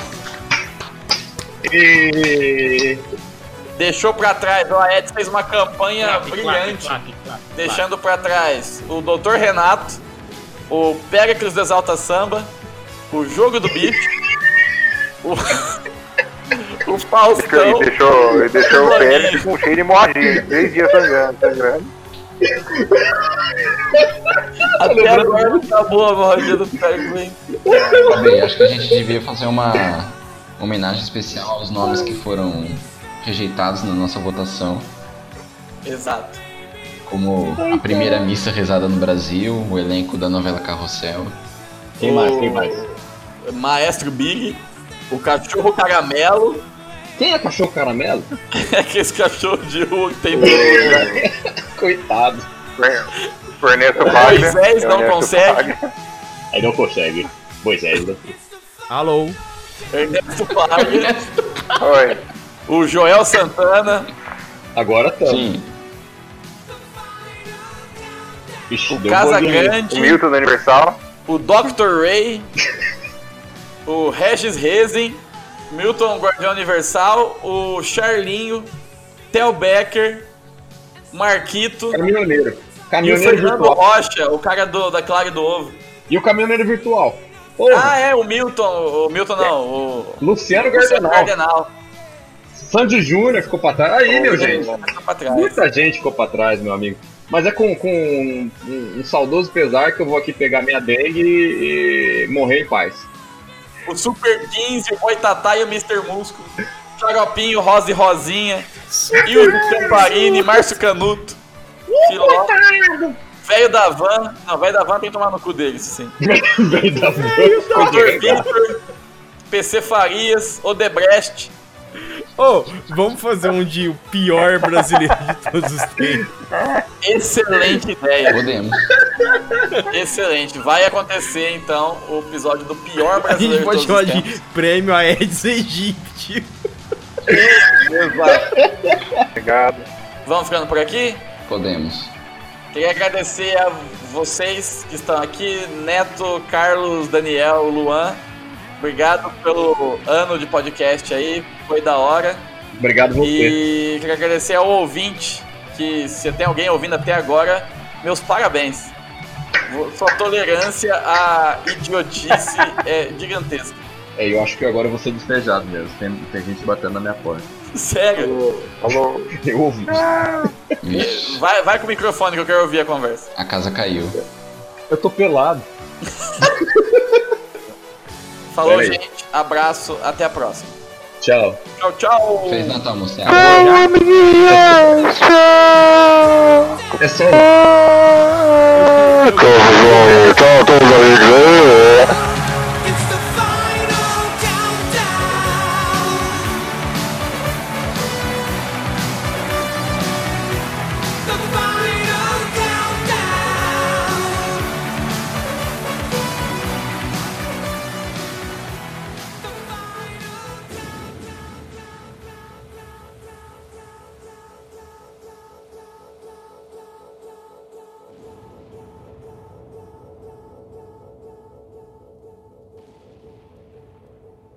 E... Deixou pra trás, o Aedes fez uma campanha brilhante, deixando pra trás o Dr. Renato, o Péricles do Exalta Samba, o Jogo do Bicho, o, o Ele Faustão, deixou, ele deixou Dolinho. o Pérez com cheio de hemorragia. Três dias sangrando, sangrando. até agora não acabou a morragia do Péricles. hein? Bem, acho que a gente devia fazer uma homenagem especial aos nomes que foram rejeitados na nossa votação. Exato. Como a primeira missa rezada no Brasil, o elenco da novela Carrossel. Quem mais? Quem mais? Maestro Big, o Cachorro Caramelo, Quem é cachorro caramelo? é aquele cachorro de rua que tem medo. É. Coitado. O Ernesto Wagner. Moisés não Ernesto consegue. Wagner. Aí não consegue. Pois é. Alô? Ernesto Parga, Oi. o Joel Santana, Agora tá. Sim, Ixi, o deu um Casa bolinha. O Tá Grande. Milton do Universal. o Dr. Ray, o Regis Rezin, Milton Guardião Universal, o Charlinho, Theo Becker, Marquito É Caminhoneiro. e o Caminhoneiro Fernando virtual. Rocha, o cara do, da Clara e do Ovo. E o caminhoneiro virtual. Porra, É. Ah, é, o Milton, o Milton não, o Luciano Luciano Gardenal. Cardenal. Sandy Júnior ficou pra trás. Aí, meu gente. Tá pra trás. Muita gente ficou pra trás, meu amigo. Mas é com, com um, um- um saudoso pesar que eu vou aqui pegar minha dengue e, e morrer em paz. O Super 15, o Boitatá e o Mr. Músculo. Xaropinho, Rosa e Rosinha. E o Camparini, Márcio Canuto. Uh, Filó. Velho da van. Não, velho da van tem que tomar no cu dele, isso sim. Velho da Doutor van. Victor, PC Farias, Odebrecht. Ô, vamos fazer um dia o pior brasileiro de todos os tempos. Excelente ideia, podemos. excelente. Vai acontecer então o episódio do pior A brasileiro. gente pode de todos chamar os de tempos. prêmio Aedes aegypti. Exato. Obrigado. Vamos ficando por aqui? Podemos. Queria agradecer a vocês que estão aqui, Neto, Carlos, Daniel, Luan. Obrigado pelo ano de podcast aí, foi da hora. Obrigado você. E queria agradecer ao ouvinte, que se tem alguém ouvindo até agora, meus parabéns. Vo- Sua tolerância à idiotice é gigantesca. É, eu acho que agora eu vou ser despejado mesmo. Tem, tem gente batendo na minha porta. Sério, Falou. Eu ouvi. Vixe, vai, vai com o microfone que eu quero ouvir a conversa. a casa caiu. Eu tô pelado. Falou, Peraí. gente. Abraço. Até a próxima. Tchau. Tchau, tchau. Feliz Natal, moçada. É só. É Então, todos amigos aí.